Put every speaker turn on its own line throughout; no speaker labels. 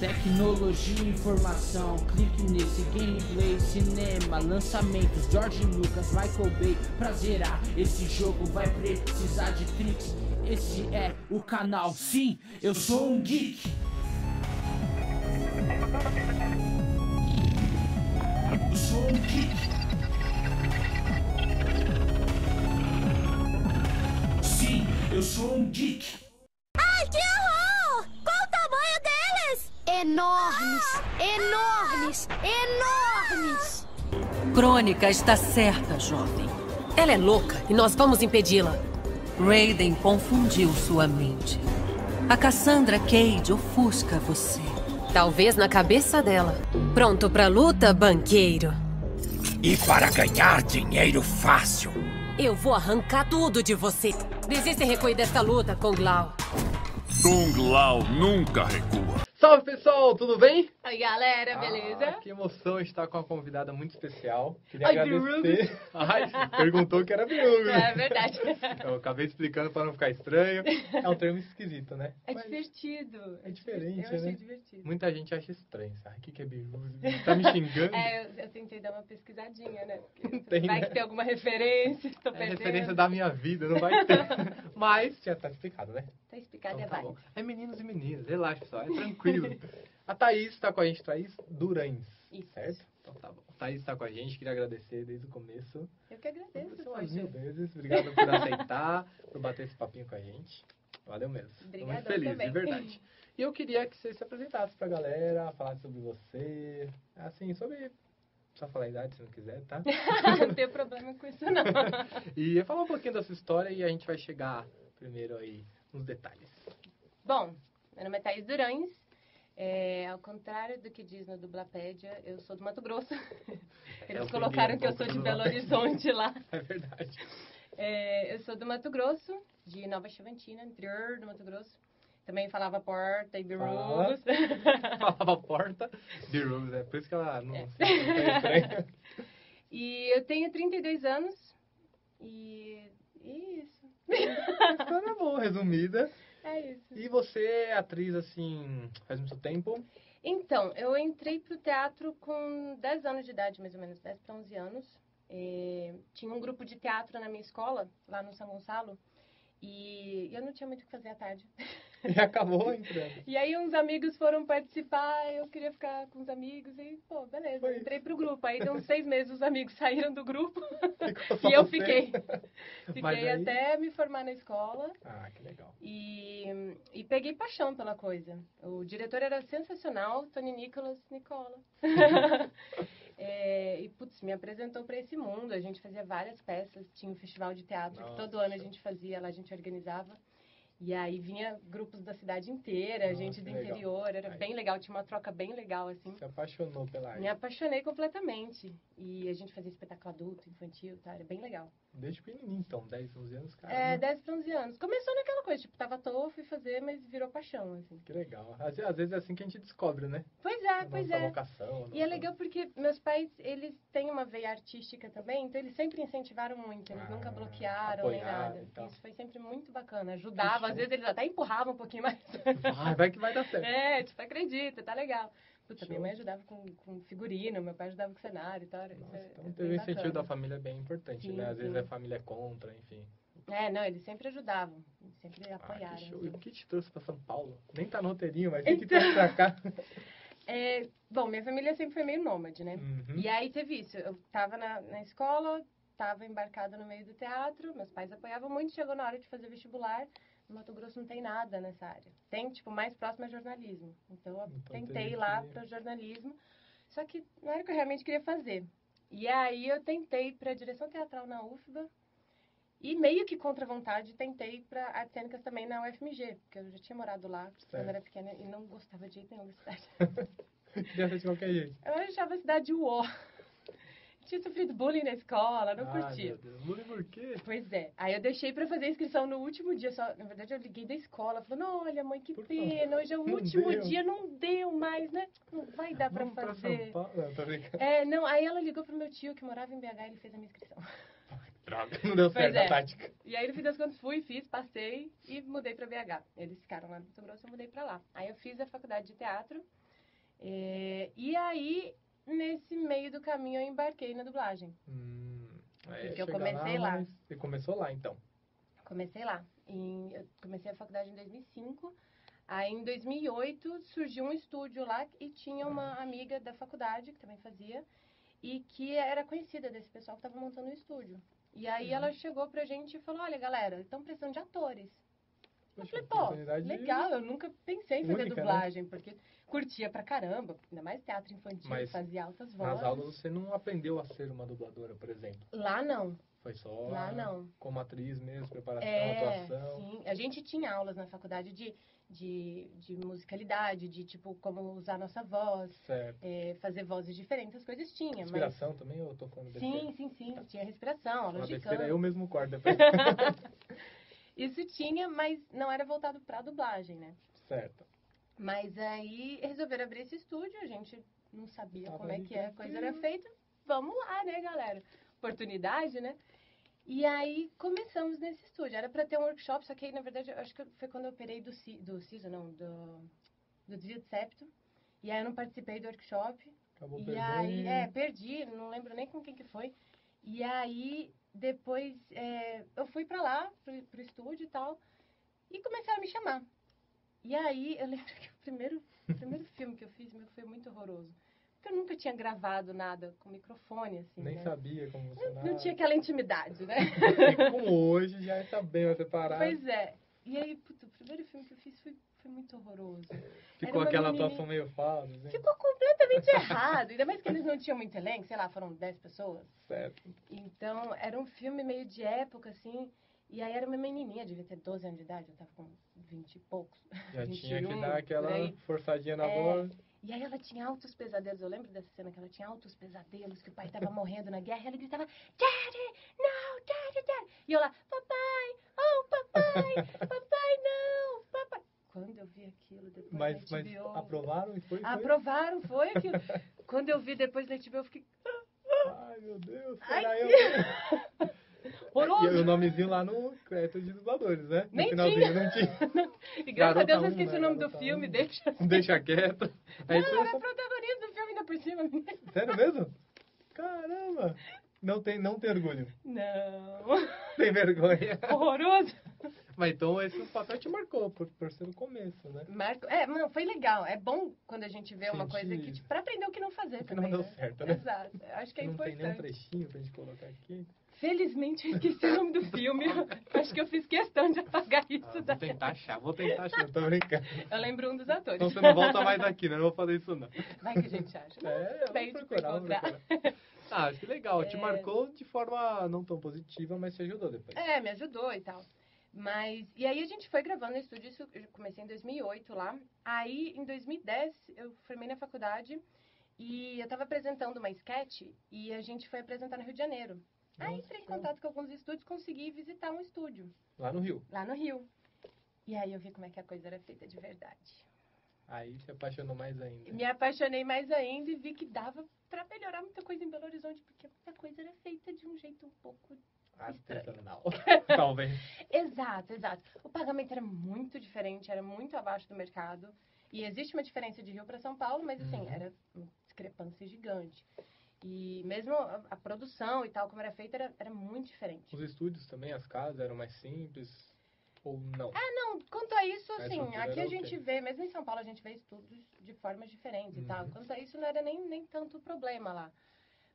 Tecnologia e informação, clique nesse gameplay, cinema, lançamentos, George Lucas, Michael Bay, pra zerar. ah, Esse jogo vai precisar de cliques. Esse é o canal, sim, eu sou um geek. Eu sou um geek. Sim, eu sou um geek.
Ai, que horror! Qual o tamanho deles? Ah!
Enormes, enormes, enormes.
Crônica está certa, jovem.
Ela é louca e nós vamos impedi-la.
Raiden confundiu sua mente. A Cassandra Cade ofusca você.
Talvez na cabeça dela. Pronto pra luta, banqueiro?
E para ganhar dinheiro fácil.
Eu vou arrancar tudo de você. Desista e recue desta luta, Kong Lao.
Kung Lao nunca recua.
Salve pessoal, tudo bem?
Oi, galera, beleza?
Ah, que emoção estar com uma convidada muito especial. Queria
É? Ai,
agradecer. Ai, perguntou que era biruga.
É verdade.
Eu acabei explicando para não ficar estranho. É um termo esquisito, né?
É
Mas
divertido.
é diferente,
Eu achei
né?
divertido.
Muita gente acha estranho, sabe? O que que é biruga? Tá me xingando?
É, eu, eu tentei dar uma pesquisadinha, né? Porque
Não tem,
vai
né?
que tem alguma referência, tô
É
perdendo.
referência da minha vida, não vai ter. Mas já tá explicado, né?
Tá explicado,
Então
é
tá
válido.
bom. É meninos e meninas, relaxa pessoal, é tranquilo. a Thaís está com a gente, Thaís Durães,
Isso.
certo? Então tá bom. Thaís está com a gente, queria agradecer desde o começo.
Eu que agradeço,
Você umas mil
poxa.
vezes, obrigado por aceitar, por bater esse papinho com a gente. Valeu mesmo. Tô
Obrigadão
muito feliz,
também.
de verdade. E eu queria que você se apresentasse pra galera, falasse sobre você, assim, sobre... Só falar a idade se não quiser, tá?
não tenho problema com isso, não.
E falar um pouquinho da sua história e a gente vai chegar primeiro aí nos detalhes.
Bom, meu nome é Thaís Durães. É, ao contrário do que diz na Dublapédia, eu sou do Mato Grosso.
Eu
Eles
peguei
colocaram
um
que eu
pouco
sou de
do
Belo
Dublapédia.
Horizonte lá.
É verdade.
É, eu sou do Mato Grosso, de Nova Chavantina, interior do Mato Grosso. Também falava porta e birus.
falava porta, The Rose, é por isso que ela não
É.
se né? sentia estranha.
e eu tenho 32 anos. E, e isso.
A história é boa, resumida.
É isso.
E você é atriz, assim, faz muito tempo.
Então, eu entrei pro teatro com 10 anos de idade, mais ou menos, 10 para 11 anos. É, tinha um grupo de teatro na minha escola, lá no São Gonçalo. E eu não tinha muito o que fazer à tarde.
E acabou entrando.
E aí uns amigos foram participar, eu queria ficar com os amigos e, pô, beleza,
Foi
entrei pro grupo. Aí deu uns seis meses, os amigos saíram do grupo
Ficou só
e eu
você.
fiquei.
Mas aí-
Fiquei até me formar na escola
Ah, que legal.
e, e peguei paixão pela coisa. O diretor era sensacional, Tony Nicholas Nicola. É, e, putz, me apresentou para esse mundo. A gente fazia várias peças, tinha um festival de teatro que todo
Nossa.
ano a gente fazia, lá a gente organizava. E aí vinha grupos da cidade inteira,
Nossa,
gente do
que legal.
interior, era
Aí.
bem legal, tinha uma troca bem legal, assim.
Se apaixonou pela arte.
Me apaixonei completamente. E a gente fazia espetáculo adulto, infantil, tá? Era bem legal.
Desde pequenininho, então, 10, 11 anos, cara. né?
É, 10 para 11 anos. Começou naquela coisa, tipo, tava à toa, fui fazer, mas virou paixão, assim.
Que legal. Às, às vezes é assim que a gente descobre, né?
Pois
A
é, pois
nossa
é.
vocação. a
E é
nossa-
legal porque meus pais, eles têm uma veia artística também, então eles sempre incentivaram muito, eles
Ah,
nunca bloquearam nem
apoiaram então.
nada.
e tal.
Isso foi sempre muito bacana, ajudava,
show.
às vezes eles até empurravam um pouquinho mais.
Vai, Ah, vai que vai dar certo.
é, tipo, acredita, tá legal. Puta, minha
Show.
mãe ajudava com, com figurino, meu pai ajudava com cenário e tal. era-
Nossa,
isso é-
então
é
teve um
bem
incentivo da
bacana.
família é bem importante,
Sim,
né? Às vezes
sim.
a família é contra, enfim.
É, não, eles sempre ajudavam, eles sempre apoiaram.
Ah, que show. E
assim.
o que te trouxe pra São Paulo? Nem tá no roteirinho, mas o que te
Então.
trouxe pra cá?
É, bom, minha família sempre foi meio nômade, né?
Uhum.
E aí teve isso. Eu tava na, na escola, tava embarcada no meio do teatro, meus pais apoiavam muito, chegou na hora de fazer vestibular. No Mato Grosso não tem nada nessa área. Tem, tipo, mais próximo é jornalismo. Então eu
Então teve
tentei
que-
lá para jornalismo, só que não era o que eu realmente queria fazer. E aí eu tentei para direção teatral na UFBA e meio que contra a vontade tentei para artes cênicas também na UFMG, porque eu já tinha morado lá quando
Certo.
era pequena e não gostava de jeito nenhum da cidade.
Queria ser de qualquer jeito.
Eu achava a cidade uó. Tinha sofrido bullying na escola, não
Ai,
curtia.
Ah, meu Deus. Bullying por quê?
Pois é. Aí eu deixei pra fazer a inscrição no último dia só. Na verdade, eu liguei da escola, falando, olha, mãe, que
Por
pena, hoje é o
Não
último
deu.
dia, não deu mais, né? Não vai dar pra
Vamos pra São
fazer.
Paulo? Não, tô brincando.
é, não, aí ela ligou pro meu tio que morava em BH e ele fez a minha inscrição.
Droga, não deu certo
é.
a tática.
E aí, no fim das contas, fui, fiz, passei e mudei pra BH. Eles ficaram lá no Mato Grosso, eu mudei pra lá. Aí eu fiz a faculdade de teatro É, e aí, nesse meio do caminho, eu embarquei na dublagem.
Hum, é,
Porque eu
chegar
comecei lá.
mas Você começou lá, então.
Comecei lá. Em- eu comecei a faculdade em 2005. Aí, em 2008, surgiu um estúdio lá e tinha uma amiga da faculdade que também fazia e que era conhecida desse pessoal que estava montando o estúdio. E aí
Uhum.
ela chegou pra gente e falou: Olha, galera, estão precisando de atores. Eu
Poxa,
falei, pô,
oportunidade
legal, eu nunca pensei em fazer
única, né?
dublagem, porque curtia pra caramba, ainda mais teatro infantil,
Mas
fazia altas vozes.
Nas aulas você não aprendeu a ser uma dubladora, por exemplo.
Lá não,
Foi só
lá não.
como atriz mesmo, preparação,
É,
atuação.
sim. A gente tinha aulas na faculdade de, de, de musicalidade, de tipo, como usar a nossa voz,
Certo.
é, fazer vozes diferentes, as coisas tinha, mas.
Respiração também, ou eu tô falando besteira?
Sim, sim, sim. Tinha respiração, aula
Uma
de
besteira
canto.
eu mesmo corto depois.
Isso tinha, mas não era voltado pra dublagem, né?
certo.
Mas aí resolveram abrir esse estúdio, a gente não sabia
Tava
como é
ali
que a coisa era feita. Vamos lá, né, galera? Oportunidade, né? E aí começamos nesse estúdio. Era pra ter um workshop, só que aí, na verdade, eu acho que foi quando eu operei do, si, do siso, não, do, do desvio de septo. E aí eu não participei do workshop.
Acabou
e
perdendo.
aí, é, perdi, não lembro nem com quem que foi. E aí, depois, é, eu fui pra lá, pro, pro estúdio e tal, e começaram a me chamar. E aí, eu lembro que o primeiro, o primeiro filme que eu fiz meu, foi muito horroroso. Porque eu nunca tinha gravado nada com microfone, assim,
Nem
né?
sabia como funcionava.
Não tinha aquela intimidade, né?
Como hoje, já está bem mais separado.
Pois é. E aí, puto, o primeiro filme que eu fiz foi, foi muito horroroso.
Ficou
era uma
aquela
menina-
atuação meio falsa, assim.
Ficou completamente errado. Ainda mais que eles não tinham muito elenco, sei lá, foram 10 pessoas.
Certo.
Então, era um filme meio de época, assim. E aí era uma menininha, devia ter 12 anos de idade, eu tava com 20 e poucos.
Já tinha
21,
que dar aquela
por aí.
forçadinha na
É.
voz.
E aí ela tinha altos pesadelos, eu lembro dessa cena que ela tinha altos pesadelos, que o pai tava morrendo na guerra, e ela gritava, Daddy, não, Daddy, Daddy. E eu lá, papai, oh, papai, papai, não, papai. Quando eu vi aquilo, depois
Mas,
na
mas
HBO,
aprovaram e foi, foi?
Aprovaram, foi aquilo. Quando eu vi depois na HBO, eu fiquei,
Ai, meu Deus,
Ai,
será eu?
ah." horroroso.
E o nomezinho lá no crédito de dubladores, né? No
Nem
finalzinho, não tinha.
E graças
Garota
a Deus eu
um,
esqueci
né?
o nome do
Garota
filme,
um.
deixa. assim.
Deixa quieto. Aí
Ela
foi
era
só-
protagonista do filme ainda por cima.
Sério mesmo? Caramba! Não tem, não tem orgulho.
Não.
Tem vergonha.
Horroroso.
Mas então esse papel te marcou, por, por ser o começo, né?
Marco, é, não, foi legal. É bom quando a gente vê uma
Sim,
coisa
sim.
que, tipo, pra aprender o que não fazer
Que não
também.
deu
né?
certo, né?
Exato. Eu Acho que é
não tem nenhum
importante.
trechinho pra gente colocar aqui.
Felizmente eu esqueci o nome do filme. Eu Acho que eu fiz questão de apagar isso
Ah, vou
daí.
tentar achar, vou tentar achar. Eu tô brincando.
Eu lembro um dos atores.
Então você não volta mais aqui, né? Não vou fazer isso, não.
Vai que a gente acha. Não,
É, eu
bem
vou
de
procurar, vou
encontrar.
procurar. Ah, que legal. Te
É.
marcou de forma não tão positiva, mas te ajudou depois.
É, me ajudou e tal. Mas, e aí a gente foi gravando no estúdio, isso eu comecei em 2008 lá. Aí, em 2010, eu formei na faculdade e eu tava apresentando uma sketch e a gente foi apresentar no Rio de Janeiro. Aí
Nossa,
entrei em
que legal.
contato com alguns estúdios, consegui visitar um estúdio
Lá no Rio.
lá no Rio. E aí eu vi como é que a coisa era feita de verdade.
Aí se apaixonou mais ainda.
Me apaixonei mais ainda e vi que dava pra melhorar muita coisa em Belo Horizonte, porque muita coisa era feita de um jeito um pouco
Ah, Artesanal. Talvez.
Exato, exato. O pagamento era muito diferente, era muito abaixo do mercado. E existe uma diferença de Rio para São Paulo, mas assim,
Uhum.
era uma discrepância gigante. E mesmo a, a produção e tal, como era feita, era, era muito diferente.
Os estúdios também, as casas eram mais simples ou não?
Não, quanto a isso,
A
assim,
estrutura
aqui
Uhum. era
a
o quê?
gente vê, mesmo em São Paulo, a gente vê estudos de formas diferentes e tal.
Uhum.
Quanto a isso, não era nem, nem tanto problema lá.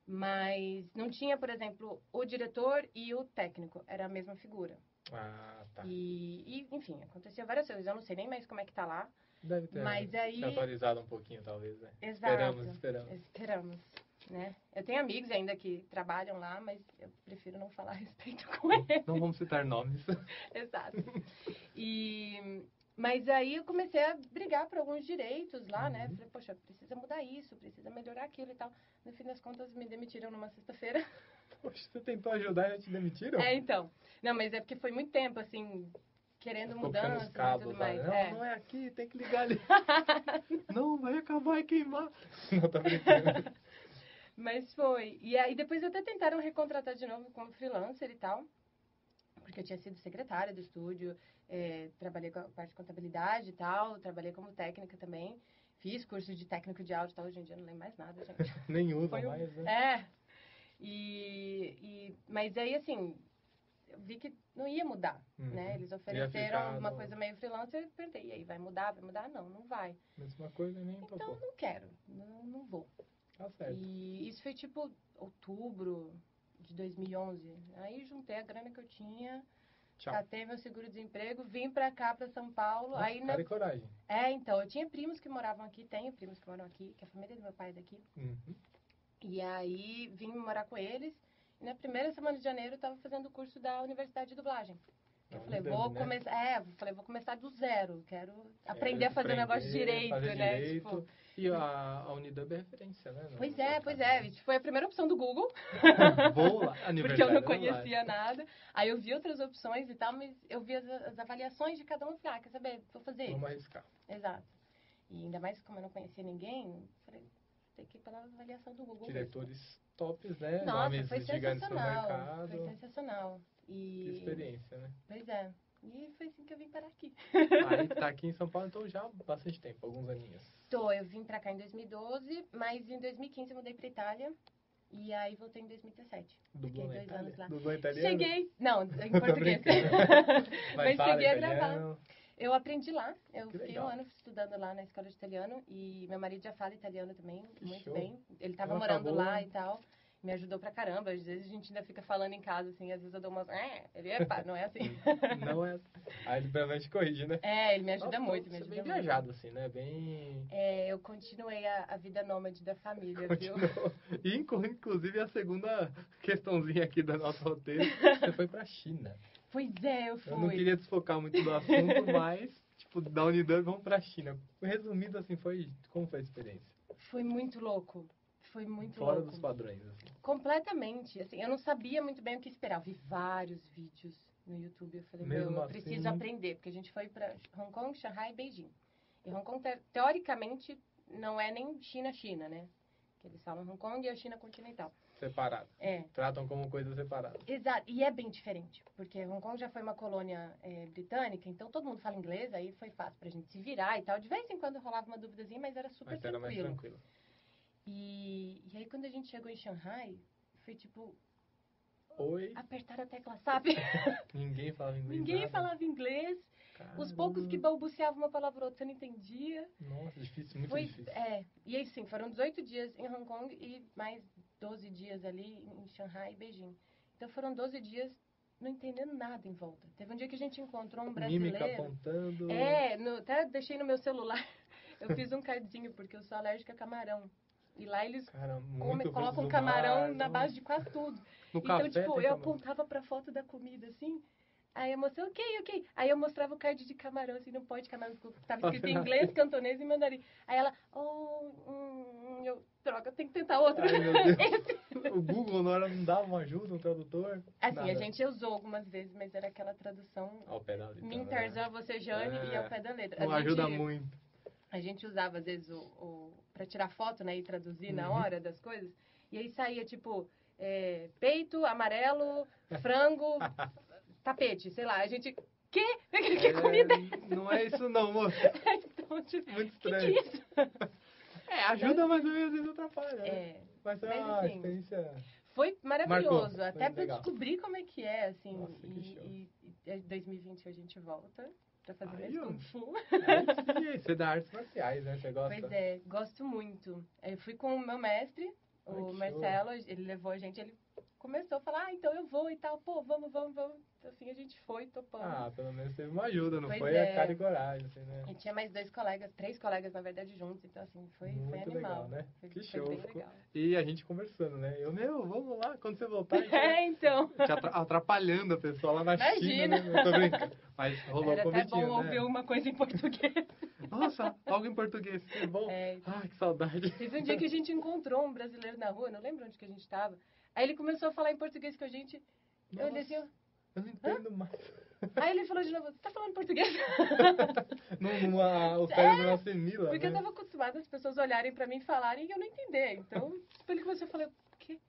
Mas não tinha, por exemplo, o diretor e o técnico, era a mesma figura.
Ah, tá.
E, e, enfim, aconteceu várias coisas. Eu não sei nem mais como é que tá lá.
Deve ter
Mas aí-
se atualizado um pouquinho, talvez, né?
Exato.
Esperamos, esperamos.
Esperamos, né? Eu tenho amigos ainda que trabalham lá, mas eu prefiro não falar a respeito com eles.
Não vamos citar nomes.
Exato. E mas aí eu comecei a brigar por alguns direitos lá, né?
Uhum.
Falei, poxa, precisa mudar isso, precisa melhorar aquilo e tal. No fim das contas, me demitiram numa sexta-feira.
Poxa, você tentou ajudar e já te demitiram?
É, então. Não, mas é porque foi muito tempo, assim, querendo
Ficou puxando
mudança
os
e tudo
cabos lá.
mais.
Não,
é.
não é aqui, tem que ligar ali. não, vai acabar e queimar. Não, tá brincando.
Mas foi. E aí depois até tentaram recontratar de novo como freelancer e tal. Porque eu tinha sido secretária do é, estúdio, eh, trabalhei com a parte de contabilidade e tal, trabalhei como técnica também. Fiz curso de técnico de áudio e tal, hoje em dia eu não lembro mais nada, gente.
Nem usa
Foi um-
mais, né?
É. E, e- mas aí assim, eu vi que não ia mudar,
Uhum.
né? Eles
ficar
ofereceram uma
no-
coisa meio freelancer, eu perguntei, e aí vai mudar, vai mudar? Não, não vai.
Mesma coisa, nem
Então
tocou.
não quero, não, não vou.
Tá certo.
E isso foi tipo outubro de 2011. Aí juntei a grana que eu tinha,
Tchau.
catei meu seguro-desemprego, vim pra cá, pra São Paulo.
Nossa,
tá aí né? na...
cara e coragem.
É, então, eu tinha primos que moravam aqui, tenho primos que moram aqui, que a família do meu pai é daqui.
Uhum.
E aí vim morar com eles. E na primeira semana de janeiro eu tava fazendo o curso da Universidade de Dublagem. Eu
Tá
falei,
mudando,
vou
né? É,
começar. É, eu falei, vou começar do zero. Quero aprender a fazer o
aprender,
negócio direito,
fazer
né?
direito.
Tipo,
E a, a Unidub é referência, né? no-
pois
no
é,
mercado.
pois é. Tipo, foi a primeira opção do Google,
Vou lá.
porque eu
universidade,
não
vou lá.
conhecia nada. Aí eu vi outras opções e tal, mas eu vi as, as avaliações de cada um e falei, ah, quer saber? Vou fazer.
Vamos arriscar.
Exato. E ainda mais como eu não conhecia ninguém, eu falei, tem que ir pela avaliação do Google. mesmo.
Diretores tops, né?
Nossa,
Nomes
foi
gigantes no
sensacional.
mercado.
Foi sensacional.
Que
E...
Experiência, né?
Pois é. E foi assim que eu vim parar aqui.
Aí tá aqui em São Paulo, então já há bastante tempo, alguns aninhos.
Tô, eu vim pra cá em 2012, mas em 2015 eu mudei pra Itália. E aí voltei em 2017.
Dublou
dois
na
anos lá.
Itália. Dublou em italiano?
Cheguei. Não, em português.
brincando.
mas
fala
cheguei a
italiano.
gravar. Eu aprendi lá. Eu
Que
fiquei
legal.
um ano estudando lá na escola de italiano. E meu marido já fala italiano também,
Que
muito
show. Ah, tá
bem. Ele tava
Ela
morando
acabou-
lá e tal. Me ajudou pra caramba. Às vezes a gente ainda fica falando em casa, assim. Às vezes eu dou umas... É, ele, epa, não é assim.
Não é. Aí ele pelo menos corrige, né?
É, ele me ajuda
Nossa,
muito,
você
me
é
ajuda
bem
muito.
viajado, assim, né? Bem.
É, eu continuei a, a vida nômade da família, viu?
Continuou. E inclu- inclusive a segunda questãozinha aqui da nossa roteiro, você foi pra China.
Pois é, eu
Eu não
fui.
queria desfocar muito do assunto, mas, tipo, da Unidub vamos pra China. Resumido, assim, foi como foi a experiência?
Foi muito louco. Foi muito
Fora
louco.
dos padrões, assim.
Completamente. Assim, eu não sabia muito bem o que esperar. Eu vi vários vídeos no YouTube. Eu falei,
Mesmo
meu, eu
assim-
preciso aprender. Porque a gente foi pra Hong Kong, Shanghai e Beijing. E Hong Kong, te- teoricamente, não é nem China-China, né? Que eles falam Hong Kong e a China é continental.
Separado.
É.
Tratam como coisa separada.
Exato, e é bem diferente, porque Hong Kong já foi uma colônia eh, britânica, então todo mundo fala inglês, aí foi fácil pra gente se virar e tal. De vez em quando rolava uma duvidazinha, mas era super
Mas era mais
tranquilo.
tranquilo.
E, e aí quando a gente chegou em Shanghai, foi tipo,
Oi,
apertar a tecla, sabe?
ninguém falava inglês.
Ah. Ninguém
nada.
falava inglês, os
Caramba.
poucos que balbuciavam uma palavra ou outra você não entendia.
Nossa, difícil, muito
Foi,
difícil.
é, e aí sim, foram 18 dias em Hong Kong e mais 12 dias ali em Shanghai e Beijing. Então foram 12 dias não entendendo nada em volta. Teve um dia que a gente encontrou um
Mímica
brasileiro.
apontando.
É, no- até deixei no meu celular. Eu fiz um cardinho, porque eu sou alérgica a camarão. E lá eles
Cara,
comem,
muito
colocam
frutos do
um camarão
mar,
na
não-
base de quase tudo.
No
então,
café
tipo,
tem
eu
camarão.
apontava pra foto da comida, assim. Aí eu mostrei, ok, ok. Aí eu mostrava o card de camarão, assim, não pode camarão. porque Tava escrito em inglês, cantonês e mandarim. Aí ela, oh, hum, hum", eu, droga, tem que tentar outro.
Ai, meu Deus. O Google na hora não dava uma ajuda, um tradutor.
Assim,
Nada.
a gente usou algumas vezes, mas era aquela tradução...
Ao pé da letra,
Mim,
né?
Tarzan, você, Jane, e ao
É,
pé da letra.
Não
A gente-
ajuda muito.
A gente usava, às vezes, o, o, pra tirar foto, né? E traduzir na
Uhum.
hora das coisas. E aí saía, tipo, é, peito, amarelo, frango, tapete, sei lá. A gente, quê? Que
É,
comida
Não é isso não, moço.
é então, tipo,
Muito
que que
estranho.
é isso?
É, ajuda, mas às vezes atrapalha. né?
É,
Mas é
mas
uma
assim,
experiência... é
foi maravilhoso.
Marcou,
até
foi
pra eu
legal.
descobrir como é que é, assim.
Nossa, que show.
e, e, é, e 2020 a gente volta pra fazer
Aí,
mais
ó.
Kung Fu.
Aí sim, você dá artes marciais, né? Você gosta.
Pois é, gosto muito. Eu fui com o meu mestre,
Ai, que
o
show.
Marcelo, ele levou a gente, ele começou a falar, ah, então eu vou e tal, pô, vamos, vamos, vamos. Assim, a gente foi, topando.
Ah, pelo menos teve uma ajuda, não
Pois
foi
é.
a cara e coragem, assim, né?
E tinha mais dois colegas, três colegas, na verdade, juntos, então assim, foi, foi
Muito
animal.
legal, né?
Foi,
Que
foi
show.
bem
ficou-
legal.
E a gente conversando, né? Eu, meu, vamos lá, quando você voltar, a gente vai
É, então.
te atra- atrapalhando a pessoa lá na
Imagina.
China. Né? Tô brincando. Mas rolou
Era até bom
convitinho,
ouvir um
né?
uma coisa em português.
Nossa, algo em português. Que bom.
É,
Ai, que saudade.
Teve um dia que a gente encontrou um brasileiro na rua, não lembro onde que a gente tava. Aí ele começou a falar em português com a gente. Eu olhei assim,
Nossa, eu não entendo mais.
ó. aí ele falou de novo, você tá falando português?
Não, não, a- o cérebro não assimila,
É. Porque eu
né?
tava acostumada as pessoas olharem pra mim e falarem e eu não entender. Então, tipo, ele começou a falar, o quê?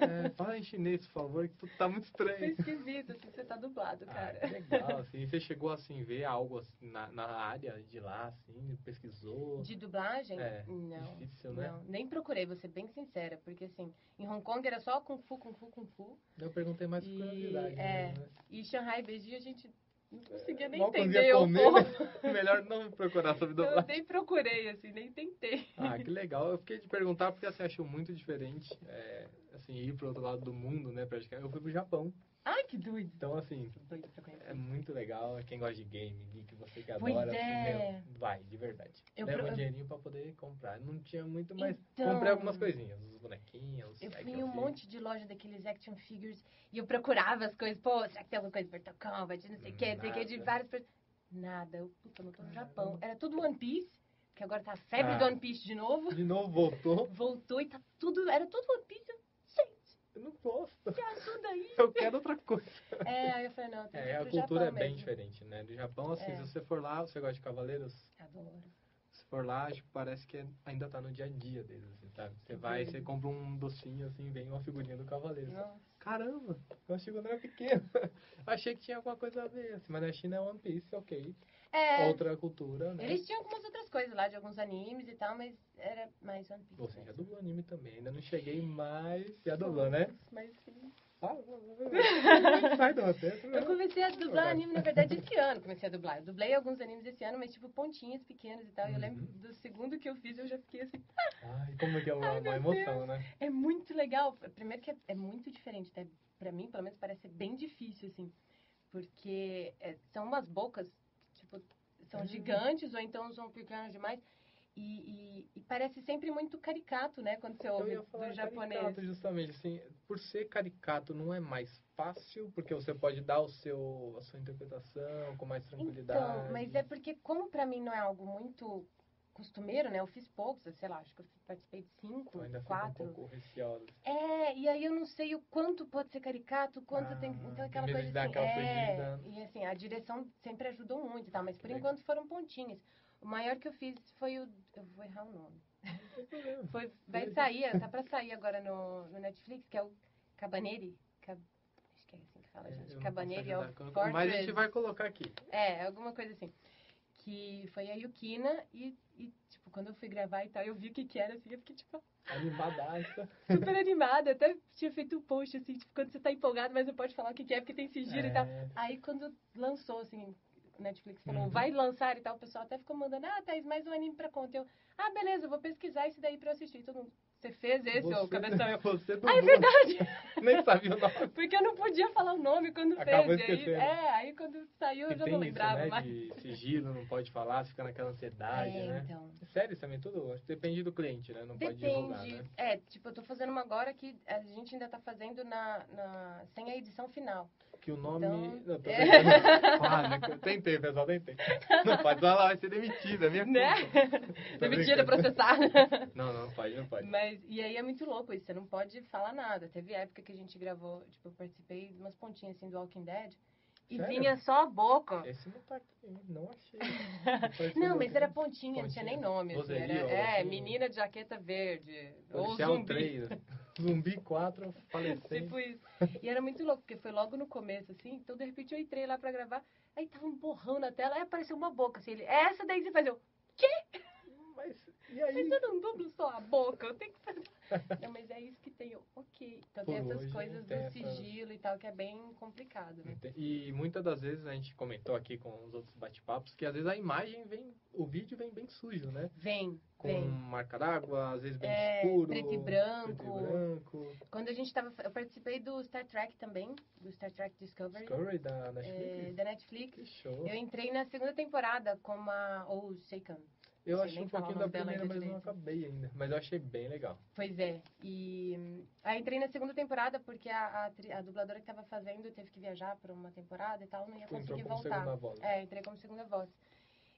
É, fala em chinês, por favor, que tu tá muito
Foi
estranho.
esquisito, assim, você tá dublado,
Ah,
cara.
que legal, assim. Você chegou, assim, ver algo assim, na, na área de lá, assim, pesquisou.
De dublagem?
É,
não.
difícil, né?
Não, nem procurei, vou ser bem sincera, porque assim, em Hong Kong era só Kung Fu, Kung Fu, Kung Fu.
Eu perguntei mais por
E-
curiosidade.
é.
mesmo, né?
E Shanghai Beijing a gente não conseguia nem
Mal
entender
cozinha
o
é comer,
povo.
né? Melhor não procurar sobre
Eu
dublagem.
nem procurei, assim, nem tentei.
Ah, que legal. Eu fiquei de perguntar porque, assim, acho muito diferente, é, assim, ir pro outro lado do mundo, né, praticamente. Eu fui pro Japão.
Ai, que doido.
Então, assim,
Tô doida pra conhecer.
É muito legal, quem gosta de game, geek, você que
Pois
adora,
é.
meu, vai, de verdade.
Eu
Leva
pro-
um dinheirinho pra poder comprar. Não tinha muito, mas
Então.
comprei algumas coisinhas, os bonequinhos, os
Eu
é,
fui
que
em um
fiz.
monte de loja daqueles action figures e eu procurava as coisas. Pô, será que tem alguma coisa de Mortal Kombat? Não sei o que, não sei o que, de
Nada.
vários. per- Nada. Eu, puta, eu não tô no Japão. Era tudo One Piece, que agora tá a febre do
Ah.
One Piece de novo.
De novo voltou.
Voltou e tá tudo. Era tudo One Piece. Eu, Gente,
Eu não gosto.
me ajuda aí.
Eu quero outra coisa.
É, aí eu falei, não, tem que
É,
ir
a
pro
cultura é
Japão
bem
mesmo.
diferente, né? Do Japão, assim,
É.
se você for lá, você gosta de cavaleiros,
Adoro.
se for lá, acho que parece que é- ainda tá no dia a dia deles, assim, sabe? Você vai, você compra um docinho, assim, vem uma figurinha do cavaleiro.
Nossa.
Caramba, eu achei quando era pequeno. Achei que tinha alguma coisa a ver, assim, mas na China é One Piece, ok.
É,
Outra cultura, né?
eles tinham algumas outras coisas lá, de alguns animes e tal, mas era mais One Piece.
Você já
mesmo.
dublou anime também, ainda não cheguei mais. Já dublou, né?
Mas sim.
Ah, Sai do né? roteiro.
Eu comecei a dublar
Verdade.
anime, na verdade, esse ano. Comecei a dublar. Eu dublei alguns animes esse ano, mas tipo pontinhas pequenas e tal. E eu lembro
Uhum.
do segundo que eu fiz, eu já fiquei assim.
Ai, como que é uma,
Ai,
uma
meu
emoção, né?
É muito legal. Primeiro que é, é muito diferente, né? Pra mim, pelo menos, parece ser bem difícil, assim. Porque é, são umas bocas, tipo, são
Uhum.
gigantes ou então são pequenas demais. E, e- e parece sempre muito caricato, né? Quando você
Eu
ouve
ia
do
falar
japonês.
caricato, justamente, assim, por ser caricato não é mais fácil, porque você pode dar o seu, a sua interpretação com mais tranquilidade.
Então, mas é porque, como pra mim não é algo muito costumeiro, né? Eu fiz poucos, sei lá, acho que eu participei de cinco,
Então ainda fica um
quatro.
pouco receosa. assim,
É, e aí eu não sei o quanto pode ser caricato, o quanto tem.
Ah,
Então, aquela
primeiro
coisa
de dar
assim.
aquela
é,
fugida.
e assim, a direção sempre ajudou muito e tal, mas por
Legal.
enquanto foram pontinhas. O maior que eu fiz foi o. Eu vou errar o nome. Foi, vai sair, tá pra sair agora no, no Netflix, que é o Cabaneri. Cab... Acho que é assim que
É,
fala,
eu não
gente.
posso
Cabaneri é
ajudar
o
com- Mas a gente vai colocar aqui.
é, alguma coisa assim. Que foi a Yukina e, e, tipo, quando eu fui gravar e tal, eu vi o que que era, assim, eu fiquei, tipo,
Tá Animadaça.
super animada. Até tinha feito um post, assim, tipo, quando você tá empolgado, mas não pode falar o que que é, porque tem sigilo e tal.
É.
Aí, quando lançou, assim, o Netflix falou,
Uhum.
vai lançar e tal, o pessoal até ficou mandando, ah, Thaís, mais um anime pra conta. Eu, ah, beleza, eu vou pesquisar esse daí pra eu assistir. Todo mundo, você fez esse, ô, cabeção? Eu,
É, Você
ah, é
dublou.
verdade!
Nem sabia o nome.
Porque eu não podia falar o nome quando
Acabou
fez. E aí,
esquecendo.
é, aí quando saiu, eu
E
já
tem
não
isso,
lembrava
né,
mais.
De sigilo, não pode falar, fica naquela ansiedade,
é,
né?
então.
Sério, isso também tudo acho que depende do cliente, né? Não pode divulgar,
Depende.
né?
É, tipo, eu tô fazendo uma agora que a gente ainda tá fazendo na, na- sem a edição final.
Que o nome.
Então-
Não, tô
É.
brincando. Quase, eu tentei, pessoal, tentei. Não pode falar, vai ser demitida, é minha culpa.
Né?
Tô brincando.
Demitida, processada.
Não, não pode, não pode.
Mas, e aí é muito louco isso, você não pode falar nada. Teve época que a gente gravou, tipo, eu participei de umas pontinhas assim do Walking Dead. E
Sério?
vinha só a boca.
Esse não tá aqui, não achei. Pode ser
Não,
do
mas
que-
era pontinha, não
Pontinha.
tinha nem nome. Assim,
Vozerio,
era,
algo
é,
assim. é
menina de jaqueta verde. Ou
Policial
zumbi.
3, um Zumbi 4, falecente.
Tipo isso. E era muito louco, porque foi logo no começo, assim. Então, de repente, eu entrei lá pra gravar. Aí tava um borrão na tela. Aí apareceu uma boca, assim. Ele, é essa daí que você faz. Eu,
Mas, e aí?
mas eu não dublo só a boca. Eu tenho que fazer... Não, mas é isso que tem. Eu, ok. Então, tem
Por
essas
hoje,
coisas
tem
do
essa-
sigilo e tal, que é bem complicado, né?
Ente- E muitas das vezes a gente comentou aqui com os outros bate-papos que às vezes a imagem vem, o vídeo vem bem sujo, né?
Vem,
Com
vem.
marca d'água, às vezes bem
É,
escuro.
preto e branco.
Preto e branco.
Quando a gente tava... Eu participei do Star Trek também. Do Star Trek Discovery.
Discovery da
eh,
Netflix.
da Netflix.
Que show.
Eu entrei na segunda temporada como a... Ou Shaken.
Eu
sei
achei
nem
um
falar o
pouquinho da
nome dela
primeira,
ainda
mas não
direito.
acabei ainda. Mas eu achei bem legal.
Pois é. E hum, aí entrei na segunda temporada porque a, a, tri- a dubladora que tava fazendo teve que viajar para uma temporada e tal, não ia
Tu entrou
conseguir
como
voltar.
segunda voz.
É, entrei como segunda voz.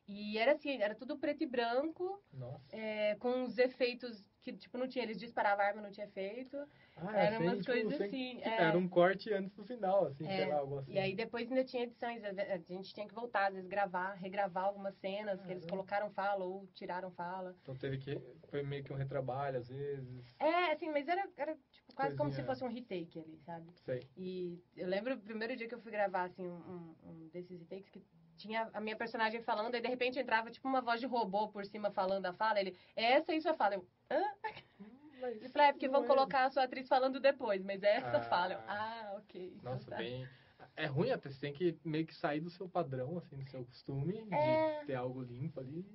E era assim, era tudo preto e branco,
Nossa.
é, com os efeitos que, tipo, não tinha, eles disparavam a arma, não tinha efeito.
Ah,
Era
sem,
umas
tipo,
coisas
sem-
assim.
tipo,
é.
Era um corte antes do final, assim,
É,
sei lá, algo assim.
E aí depois ainda tinha edições, às ve- a gente tinha que voltar, às vezes gravar, regravar algumas cenas que eles
Caramba.
colocaram fala ou tiraram fala.
Então teve que. Foi meio que um retrabalho, às vezes.
É, assim, mas era, era tipo, quase como se
Coisinha.
fosse um retake ali, sabe?
Sei.
E eu lembro o primeiro dia que eu fui gravar, assim, um, um- um desses retakes que tinha a minha personagem falando, e de repente entrava, tipo, uma voz de robô por cima falando a fala. Ele, é essa isso a fala. Eu,
Mas
ele falou, é porque
não
vão
é-
colocar a sua atriz falando depois, mas é essa
Ah.
fala. Eu, ah, ok. então
Nossa,
tá.
bem. É ruim até, você tem que meio que sair do seu padrão, assim, do seu costume,
É.
de ter algo limpo ali.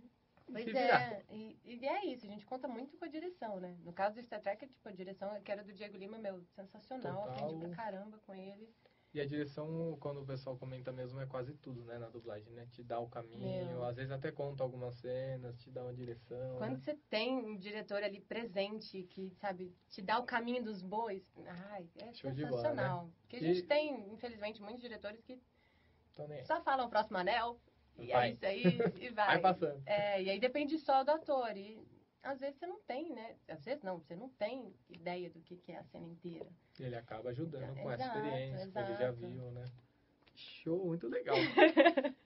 e
Pois
se virar.
é, e, e é isso, a gente conta muito com a direção, né? No caso do Star Trek, tipo, a direção que era do Diego Lima, meu, sensacional,
Total.
aprendi pra caramba com ele.
E a direção, quando o pessoal comenta mesmo, é quase tudo, né, na dublagem, né? Te dá o caminho,
Meu.
às vezes até conta algumas cenas, te dá uma direção.
Quando
né?
você tem um diretor ali presente que, sabe, te dá o caminho dos bois, ai, é
Show de bola, né?
sensacional. Porque a
E-
gente tem, infelizmente, muitos diretores que
Então, nem aí.
só falam próximo anel, e
Vai.
é isso aí, e vai.
Vai passando.
É, e aí depende só do ator. E às vezes você não tem, né? Às vezes não, você não tem ideia do que, que é a cena inteira.
E ele acaba ajudando
Exa-
com essa
exato,
experiência, que ele já
exato.
viu, né? Show, muito legal.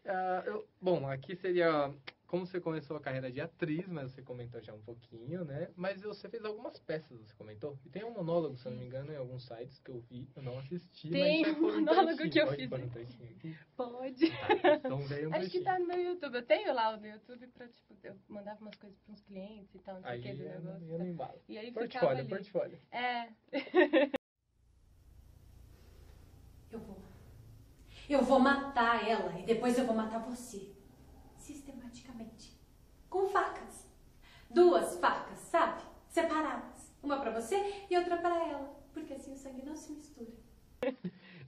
Ah, eu- bom, aqui seria. Como você começou a carreira de atriz, mas você comentou já um pouquinho, né? Mas você fez algumas peças, você comentou. E tem um monólogo, se eu não me engano, em alguns sites que eu vi, eu não assisti,
Tem
mas é
um monólogo que eu fiz.
fiz.
Pode.
Então veio um
Acho que
trechinho.
tá no meu YouTube. Eu tenho lá no YouTube pra, tipo, eu mandava umas coisas pra uns clientes e tal, não sei o
Aí
que, do
eu não,
negócio.
eu não embalo.
E aí ficava
Portfólio,
ali.
portfólio.
É,
Eu vou. Eu vou matar ela e depois eu vou matar você. Sistematicamente. Com facas. Duas facas, sabe? Separadas. Uma pra você e outra pra ela. Porque assim o sangue não se mistura.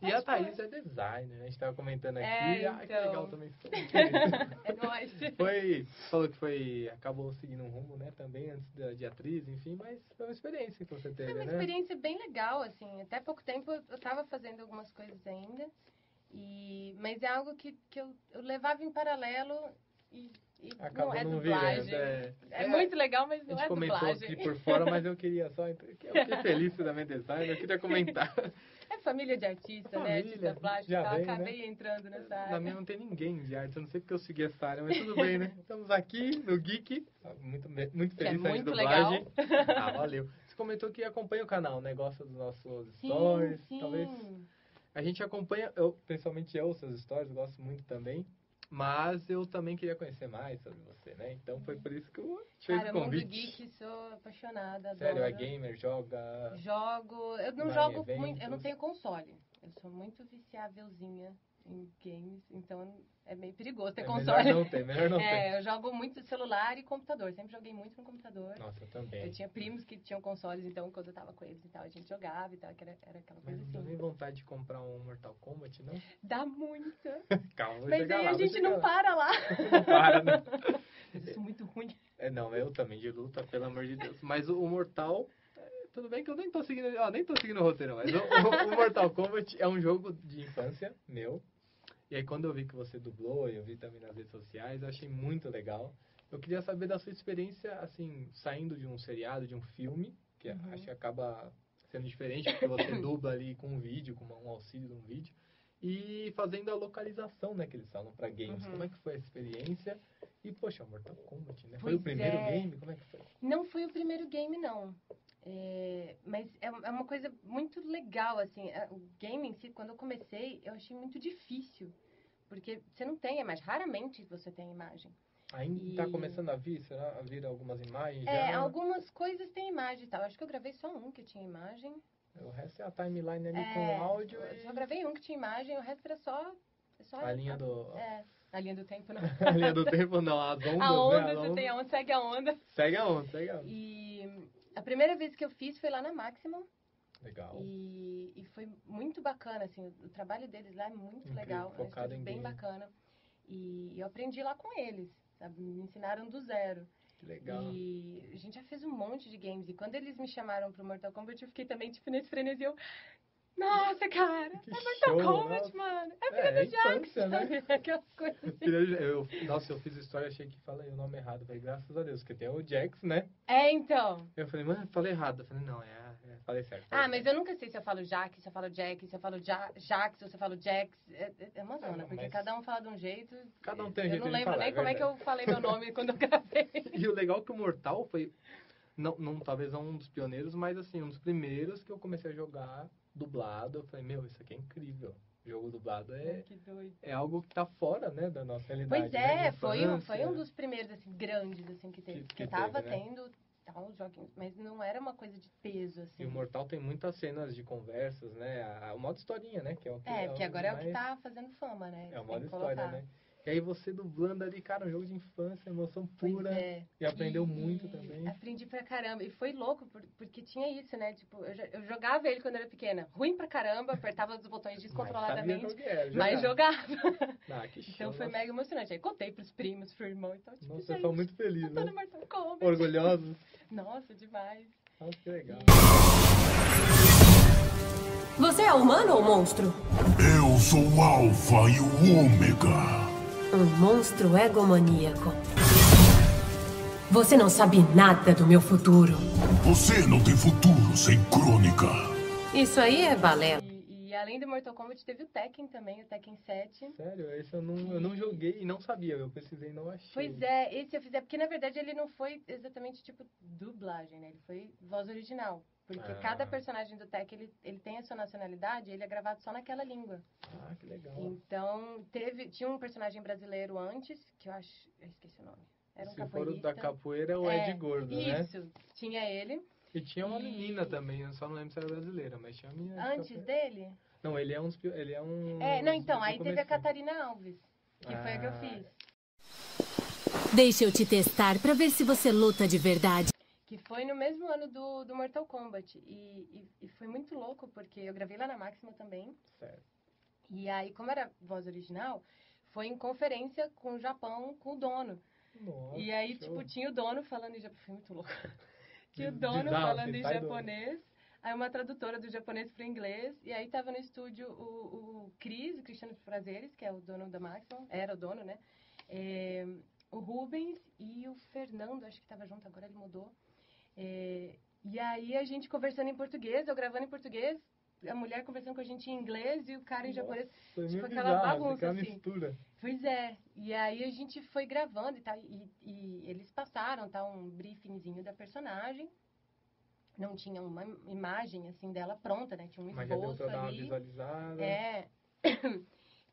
E a Thaís é designer, né? A gente tava comentando aqui.
É,
Ah, que
então.
legal também.
é nóis.
Foi, falou que foi, acabou seguindo um rumo, né, também, antes da- de atriz, enfim, mas foi uma experiência que você teve,
Foi uma
né?
experiência bem legal, assim. Até pouco tempo eu eu tava fazendo algumas coisas ainda. E... Mas é algo que, que eu, eu levava em paralelo e, e
Acabou
não é
não
dublagem.
virando, é.
É, muito legal, mas
A
não
gente
é
comentou
dublagem.
aqui por fora, mas eu queria só, eu fiquei feliz que também designer, eu queria comentar.
É família de artista,
É
né?
família,
Artista plástico.
já
e tal.
vem, né?
Acabei entrando nessa
Na
área.
minha não tem ninguém de arte, eu não sei porque eu segui essa área, mas tudo bem, né? Estamos aqui no Geek, muito, be- muito
Que é
feliz com a
muito
dublagem. Ah, valeu. Você comentou que acompanha o canal, né? Gosta dos nossos stories, talvez A gente acompanha, eu, principalmente eu, seus stories, gosto muito também. Mas eu também queria conhecer mais sobre você, né? Então foi por isso que eu te fiz
Cara,
o
mundo
convite.
geek, né? sou apaixonada, adoro.
Sério, é gamer, joga.
Jogo, eu não
Vai em
jogo muito, eu não
eventos. né?
tenho console. Eu sou muito viciávelzinha em games, então é meio perigoso ter
é
console.
Melhor não ter, melhor não ter.
É, eu jogo muito celular e computador, sempre joguei muito no computador.
Nossa, eu
Eu
também.
tinha primos que tinham consoles, então quando eu tava com eles e tal, a gente jogava e tal, que era, era aquela
Mas
coisa
não deu
assim.
nem vontade de comprar um Mortal Kombat, não?
Dá muita.
Calma, vou
Mas
chegar
aí
lá,
a
vou
gente
chegar
não
lá.
para lá.
Não para, não.
Mas eu sou muito ruim.
É, não, eu também de luta, pelo amor de Deus. Mas o, o Mortal. é, Tudo bem que eu nem tô seguindo. Ó, nem tô seguindo o roteiro, mas o, o- o Mortal Kombat é um jogo de infância meu. E aí quando eu vi que você dublou, e eu vi também nas redes sociais, eu achei muito legal. Eu queria saber da sua experiência, assim, saindo de um seriado, de um filme, que acho que acaba sendo diferente, porque você dubla ali com um vídeo, com uma- um auxílio de um vídeo. E fazendo a localização, né, que eles falam pra games.
Uhum.
Como é que foi a experiência? E, poxa, Mortal Kombat, né? Foi
Pois
o primeiro
é.
game? Como é que foi?
Não foi o primeiro game, não. É, mas é, é uma coisa muito legal, assim. é, O game em si, quando eu comecei, eu achei muito difícil. Porque você não tem imagem. Raramente você tem imagem.
Ainda tá
E-
começando a vir, será? A vir algumas imagens
É,
já?
algumas coisas têm imagem e tal. Acho que eu gravei só um que tinha imagem.
O resto é a timeline ali
É,
com áudio
eu
e...
só gravei um que tinha imagem, o resto era só... só
A linha do...
É, a linha do tempo, não.
a linha do tempo, não. As ondas,
a onda,
né? A
você
onda.
tem a onda, segue a onda.
Segue a onda, segue a onda.
E a primeira vez que eu fiz foi lá na Maximum.
Legal.
E, e foi muito bacana, assim, o, o trabalho deles lá é muito
Incrível,
legal, é um
focado
estúdio
em
bem
game.
bacana. E eu aprendi lá com eles, sabe? Me ensinaram do zero.
Que legal.
E a gente já fez um monte de games. E quando eles me chamaram pro Mortal Kombat, eu fiquei também, tipo, nesse frenesi. Eu, Nossa, cara.
Que
é Mortal
show,
Kombat,
nossa.
mano. É
É,
filha
é
do Jackson.
infância, né?
Aquelas coisas. assim.
Eu, nossa, eu fiz história, achei que falei o nome errado. Falei, graças a Deus, porque tem o Jax, né?
É, então.
Eu falei, mano, falei errado. Eu falei, não, é, a- é, falei certo.
Ah,
falei
mas
certo.
eu nunca sei se eu falo Jack, se eu falo Jack, se eu falo ja Jax, ou se eu falo Jax. É, é- é uma zona,
Ah, não,
porque
mas-
cada um fala de um jeito.
Cada um tem um
Eu
jeito
não
de
lembro
falar,
nem
é
como é que eu
verdade.
falei meu nome quando eu gravei.
E o legal é que o Mortal foi, não, não, talvez não um dos pioneiros, mas assim, um dos primeiros que eu comecei a jogar dublado. Eu falei, meu, isso aqui é incrível. Jogo dublado é,
que doido.
é algo que tá fora, né, da nossa realidade.
Pois
né,
é,
de
foi um,
infância.
foi um dos primeiros, assim, grandes, assim, que teve.
Que-
Que,
que
tava
teve, né?
tendo tal joguinhos, mas não era uma coisa de peso, assim.
E o Mortal tem muitas cenas de conversas, né? A, a- o modo historinha, né? Que é, o que
É, porque agora é o que
mais-
tá fazendo fama, né?
É o
Tem
modo
que
história,
colocar.
né? E aí você dublando ali, cara, um jogo de infância, emoção
Pois
pura.
é.
E aprendeu
E-
muito
e
também.
Aprendi pra caramba. E foi louco, por- porque tinha isso, né? Tipo, eu, já- eu jogava ele quando era pequena. Ruim pra caramba, apertava os botões
Mas
descontroladamente.
sabia qual que era,
Mas
jogava.
jogava.
Ah, que show.
Então foi
nossa.
mega emocionante. Aí contei pros primos, pro irmão. Então, tipo,
Nossa,
gente,
eu tô muito feliz,
eu tô no
né?
Mortal Kombat.
Orgulhosos.
Nossa, demais.
Nossa, que legal.
Você é humano ou monstro?
Eu sou o Alfa e o Ômega.
Um monstro egomaníaco. Você não sabe nada do meu futuro.
Você não tem futuro sem crônica.
Isso aí é balé.
E, e além do Mortal Kombat, teve o Tekken também, o Tekken 7.
Sério, esse eu não, eu não joguei e não sabia. Eu pesquisei e não achei.
Pois é, esse eu fizer, porque na verdade ele não foi exatamente tipo dublagem, né? Ele foi voz original. Porque
Ah.
cada personagem do Tech, ele, ele tem a sua nacionalidade, ele é gravado só naquela língua.
Ah, que legal.
Então, teve, tinha um personagem brasileiro antes, que eu acho, eu esqueci o nome. Era um
Se for o da
capoeirista.
capoeira, é o
É,
Ed Gordo, né? É,
Isso, tinha ele.
E tinha uma
E-
menina também, eu só não lembro se era brasileira, mas tinha a menina. de
Antes
capoeira.
dele?
Não, ele é um. dos pio- Ele é um.
É, não, então,
do
aí teve a
comecinho.
Catarina Alves, que foi a que eu
Ah.
fiz.
Deixa eu te testar pra ver se você luta de verdade.
que foi no mesmo ano do, do Mortal Kombat. E, e, e foi muito louco, porque eu gravei lá na Máxima também.
Certo.
E aí, como era voz original, foi em conferência com o Japão, com o dono.
Nossa,
e aí,
show.
tipo, tinha o dono falando em japonês. Foi muito louco. tinha o
Bizarro,
dono
assim,
falando em
sai do-
japonês. Aí uma tradutora do japonês para inglês. E aí tava no estúdio o, o Cris, o Cristiano Prazeres, que é o dono da Maxon. Era o dono, né? É, o Rubens e o Fernando, acho que tava junto, agora ele mudou. É, e aí a gente conversando em português, eu gravando em português. A mulher conversando com a gente em inglês e o cara em
Nossa.
japonês.
Foi meio
tipo, aquela
bizarro, assim,
bagunça,
aquela
assim.
mistura.
Pois é, e aí a gente foi gravando e tal, e, e eles passaram, tá, um briefingzinho da personagem, não tinha uma imagem, assim, dela pronta, né, tinha um
Mas já deu
esboço
pra dar uma
ali,
visualizada. né?
é,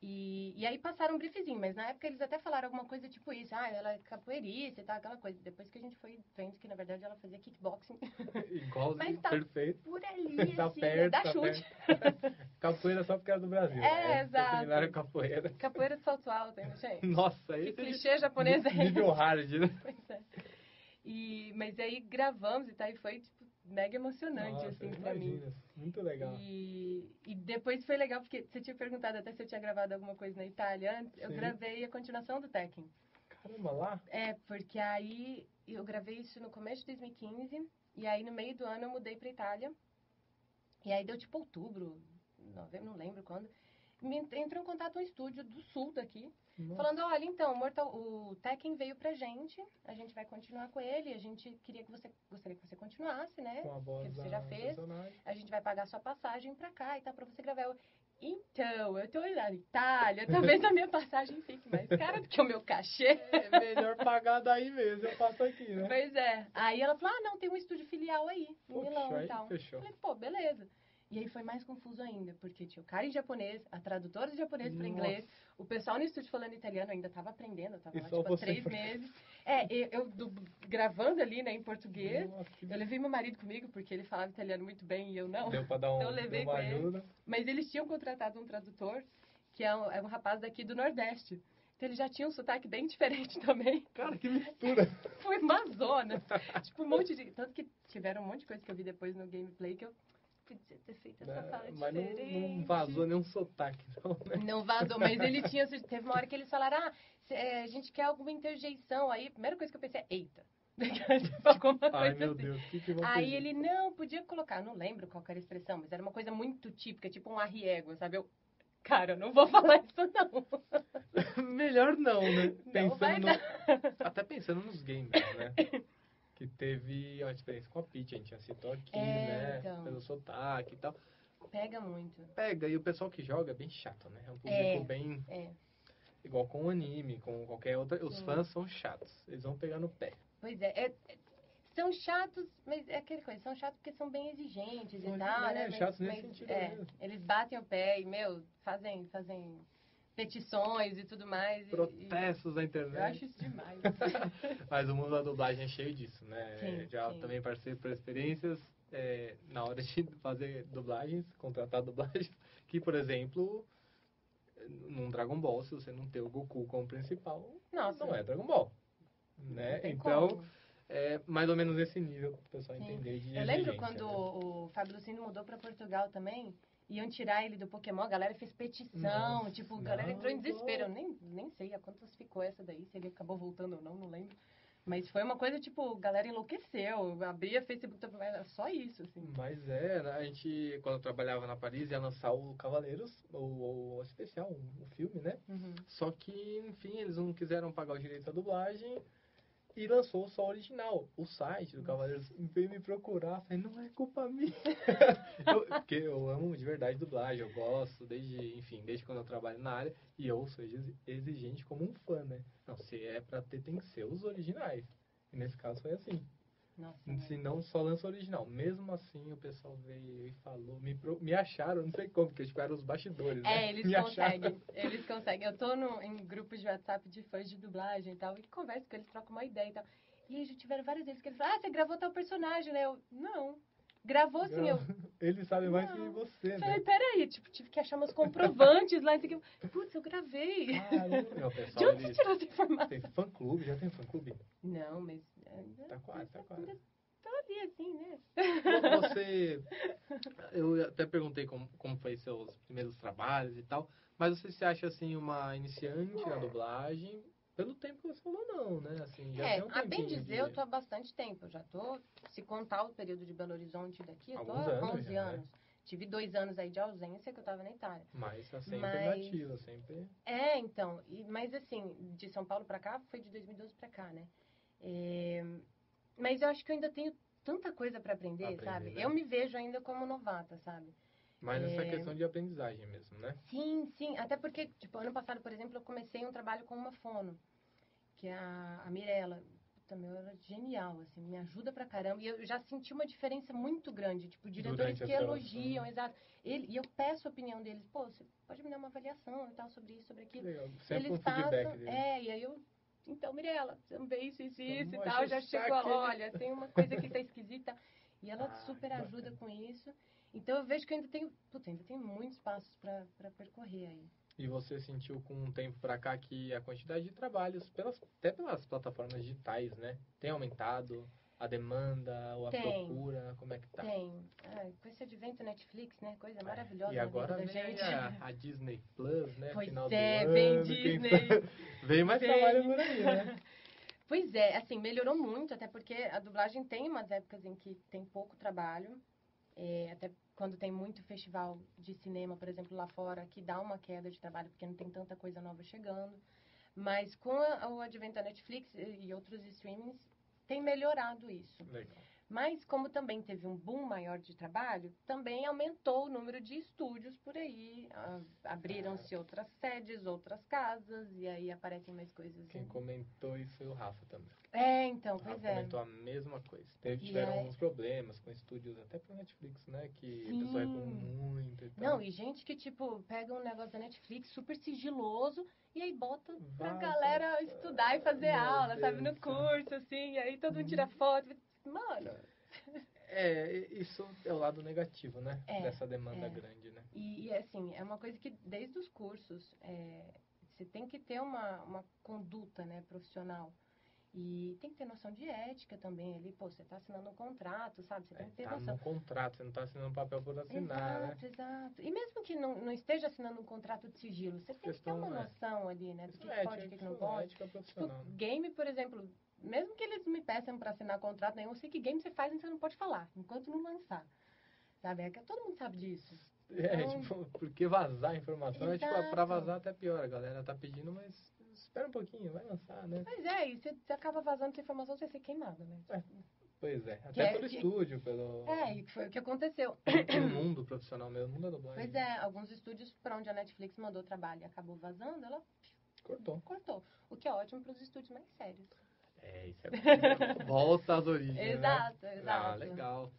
e, e aí passaram um briefzinho, mas na época eles até falaram alguma coisa tipo isso, ah, ela é capoeirista e tal, aquela coisa, depois que a gente foi vendo que, na verdade, ela fazia kickboxing
Igualzinho,
Mas tá-
perfeito.
por ali,
Tá
assim, né,
perto,
dá
tá
chute,
perto. Capoeira só porque era do Brasil.
É,
né?
exato.
Similar à capoeira.
capoeira de salto alto, hein, gente?
Nossa,
Que
esse é
clichê japonês é esse?
nível hard, né?
Pois é. E, mas aí gravamos e tal, e foi tipo, mega emocionante,
Nossa,
assim, pra mim.
imagina. Muito legal.
E, e depois foi legal, porque você tinha perguntado até se eu tinha gravado alguma coisa na Itália antes. Eu
Sim.
gravei a continuação do Tekken.
Caramba, lá?
É, porque aí eu gravei isso no começo de 2015, e aí no meio do ano eu mudei pra Itália. E aí deu tipo outubro, novembro, não lembro quando. Me en- entrou em contato um estúdio do sul daqui,
Nossa.
Falando, olha, então, o Mortal, o Tekken veio pra gente, a gente vai continuar com ele, a gente queria que você gostaria que você continuasse, né?
Com a voz
que você
da
já fez.
personagem.
A gente vai pagar sua passagem pra cá e tá pra você gravar. Eu, então, eu tô na Itália, talvez a minha passagem fique mais cara do que o meu cachê.
É melhor pagar daí mesmo, eu passo aqui, né?
Pois é. Aí ela falou, ah, não, tem um estúdio filial aí, em
Poxa,
Milão e
aí
tal.
fechou.
Eu falei, pô, beleza. E aí foi mais confuso ainda, porque tinha o cara em japonês, a tradutora de japonês para inglês, o pessoal no estúdio falando italiano, eu ainda tava aprendendo, eu tava
E
lá,
só
tipo, há
você
três
foi.
meses. É, e eu du- gravando ali, né, em português,
Nossa, que
eu levei meu marido comigo, porque ele falava italiano muito bem e eu não.
Deu pra dar um,
Então eu levei
deu uma
com ele.
ajuda.
Mas eles tinham contratado um tradutor, que é um, é um rapaz daqui do Nordeste. Então ele já tinha um sotaque bem diferente também.
Cara, que mistura.
Foi uma zona. tipo, um monte de. Tanto que tiveram um monte de coisa que eu vi depois no gameplay que eu podia ter feito essa fala
Né, Mas não,
Tá diferente.
não vazou né? nenhum sotaque, não, né?
Não vazou, mas ele tinha. Teve uma hora que eles falaram, ah, cê- é, a gente quer alguma interjeição. Aí a primeira coisa que eu pensei é, eita, Tipo, alguma coisa
Ai, meu
assim.
Deus, o que, que vão
Aí
pedir?
ele não podia colocar, não lembro qual que era a expressão, mas era uma coisa muito típica, tipo um arriego, sabe? Eu, cara, eu não vou falar isso não.
Melhor não, né?
não vai
Pensando no-
dar.
Até pensando nos gamers, né? que teve uma experiência com a Peach, a gente já citou aqui,
É,
né?
então.
Pelo sotaque e tal.
Pega muito.
Pega, e o pessoal que joga é bem chato, né? É um público
É.
bem
É.
igual com o anime, com qualquer outra. Os
Sim.
fãs são chatos, eles vão pegar no pé.
Pois é, é- é- são chatos, mas é aquele coisa, são chatos porque são bem exigentes
Mas
e tal,
não é
né? Mas-
chato nesse
mas,
sentido né?
é,
mesmo.
eles batem o pé e, meu, fazem, fazem petições e tudo mais. e-
Protestos na
e- eu
internet.
acho isso demais.
Mas o mundo da dublagem é cheio disso, né?
Sim,
já
sim.
também passei por experiências é, na hora de fazer dublagens, contratar dublagens, que, por exemplo, num Dragon Ball, se você não tem o Goku como principal,
Nossa,
não é Dragon Ball.
não
Né?
tem
Então,
como.
é mais ou menos esse nível pro pessoal
Sim.
entender de
Eu lembro
exigência,
quando
né?
o, o Fábio Lucino mudou pra Portugal também, iam tirar ele do Pokémon, a galera fez petição,
Nossa,
tipo, a galera
não,
entrou em desespero. Eu nem, nem sei a quantos ficou essa daí, se ele acabou voltando ou não, não lembro. Mas foi uma coisa, tipo, a galera enlouqueceu, abria Facebook, era só isso, assim.
Mas é, né, a gente, quando eu trabalhava na Paris, ia lançar o Cavaleiros, o, o especial, o filme, né?
Uhum.
Só que, enfim, eles não quiseram pagar o direito à dublagem e lançou só o original. O site do Cavaleiros veio me procurar, falei, não é culpa minha. Eu- porque eu amo de verdade dublagem, eu gosto, desde, enfim, desde quando eu trabalho na área, e eu sou exi- exigente como um fã, né? Não, se é pra ter, tem que ser os originais. E nesse caso foi assim.
Nossa,
Se não, só lança o original. Mesmo assim, o pessoal veio e falou, me, pro- me acharam, não sei como, porque tipo, eram os bastidores, né?
É, eles
me
conseguem. Eles conseguem. Eu tô no, em grupos de WhatsApp de fãs de dublagem e tal, e converso com eles, troco uma ideia e tal. E aí já tiveram várias vezes que eles falaram, ah, você gravou tal personagem, né? Eu, não. Gravou sim, eu.
Eles sabem mais que
Não.
você, né?
Falei, peraí, tipo, tive que achar meus comprovantes lá, isso aqui. Putz, eu gravei.
Caramba, Ah, é, meu, o
De
pessoal,
onde você
eles...
tirou essa informação?
Tem fã-clube, já tem fã-clube?
Não, mas. é, ainda-
Tá quase, tá quase.
ainda Tô ali assim, né?
Você... Eu até perguntei como, como foi seus primeiros trabalhos e tal, mas você se acha, assim, uma iniciante
É.
na dublagem? Pelo tempo que você falou, não, né? Assim, já
é,
tem um
a bem
tempinho
dizer,
de-
eu tô há bastante tempo. Eu já tô, se contar o período de Belo Horizonte daqui, eu tô
Alguns
há
anos
11
já, né?
anos. Tive dois anos aí de ausência que eu tava na Itália.
Mas tá sempre
Mas-
nativa, sempre...
É, então, e- mas assim, de São Paulo pra cá, foi de 2012 pra cá, né? É, mas eu acho que eu ainda tenho tanta coisa pra aprender,
Aprender,
sabe?
né?
Eu me vejo ainda como novata, sabe?
Mas essa
É.
questão de aprendizagem mesmo, né?
Sim, sim. Até porque, tipo, ano passado, por exemplo, eu comecei um trabalho com uma fono, que é a, a Mirella. Puta, meu, ela é genial, assim, me ajuda pra caramba. E eu já senti uma diferença muito grande, tipo, diretores
Durante a
que
gravação,
elogiam, exato. Ele, e eu peço a opinião deles, pô, você pode me dar uma avaliação e tal sobre isso, sobre
Que
aquilo.
legal. Sempre
eles
um feedback
passam,
dele.
é, e aí eu. Então, Mirella, precisamos ver isso, isso,
Vamos
isso e
achar
tal. Já
isso
chegou,
aqui.
olha, tem uma coisa que tá esquisita. E
né?
ela
Ah,
super
que
ajuda com isso. Então eu vejo que eu ainda tenho, puta, ainda tenho muitos passos pra pra percorrer aí.
E você sentiu com um tempo pra cá que a quantidade de trabalhos, pelas, até pelas plataformas digitais, né? Tem aumentado a demanda ou a
Tem.
procura? Como é que tá? É.
Tem. Ah, com esse advento Netflix, né? Coisa maravilhosa
E
na
agora
vida da
vem aí
gente.
a, a Disney Plus, né?
Pois
Final
é,
do
vem
ano, quem
Disney.
sabe- Vem mais
Vem.
trabalho por aí, né?
Pois é, assim, melhorou muito, até porque a dublagem tem umas épocas em que tem pouco trabalho. é, até quando tem muito festival de cinema, por exemplo, lá fora, que dá uma queda de trabalho, porque não tem tanta coisa nova chegando. Mas com a- o advento da Netflix e e outros streamings, tem melhorado isso.
Legal.
Mas como também teve um boom maior de trabalho, também aumentou o número de estúdios por aí. Ah, Abriram-se outras sedes, outras casas, e aí aparecem mais coisas.
Quem Ah, comentou isso foi o Rafa também.
É, então,
O Rafa
pois é.
comentou a mesma coisa. Teve,
E é.
tiveram
aí-
alguns problemas com estúdios, até pro Netflix, né? Que o
Sim.
pessoal reclamou muito e tal.
Não, e gente que, tipo, pega um negócio da Netflix super sigiloso e aí bota pra
Vaza.
galera estudar e fazer
Meu
aula, sabe?
Deus Uhum.
No
do céu.
curso, assim, e aí todo mundo tira foto. Mano,
É, e- isso é o lado negativo, né?
É,
Dessa demanda
é.
grande, né?
E, e, assim, é uma coisa que desde os cursos é, você tem que ter uma, uma conduta né, profissional. E tem que ter noção de ética também ali. Pô, você tá assinando um contrato, sabe? Você tem que ter
tá
noção.
no contrato, você não tá assinando um papel por assinar, né?
exato, exato. E mesmo que não, não esteja assinando um contrato de sigilo, você tem que ter
Questão,
uma
né?
noção ali, né? Do que,
Isso
que
é
pode, o
ética,
que, que não
isso é
pode.
ética
Tipo,
profissional. né?
game, por exemplo, mesmo que eles me peçam pra assinar contrato nenhum, eu sei que game você faz e você não pode falar, enquanto não lançar. Sabe? É que todo mundo sabe disso.
É,
Então-
tipo, porque vazar a informação é tipo, ah, pra
Exato.
vazar até pior, a galera tá pedindo, mas espera um pouquinho, vai lançar, né?
Mas é, e você, você acaba vazando essa informação, você vai ser queimado, né?
Pois é,
Que
até
é-
pelo
que-
estúdio, pelo
É, e foi o que aconteceu.
pelo mundo profissional mesmo, mundo da dublagem.
Pois é, alguns estúdios pra onde a Netflix mandou trabalho e acabou vazando, ela
Cortou.
cortou. O que é ótimo pros estúdios mais sérios.
É, isso é Volta às origens, né?
Exato, exato.
Ah, legal.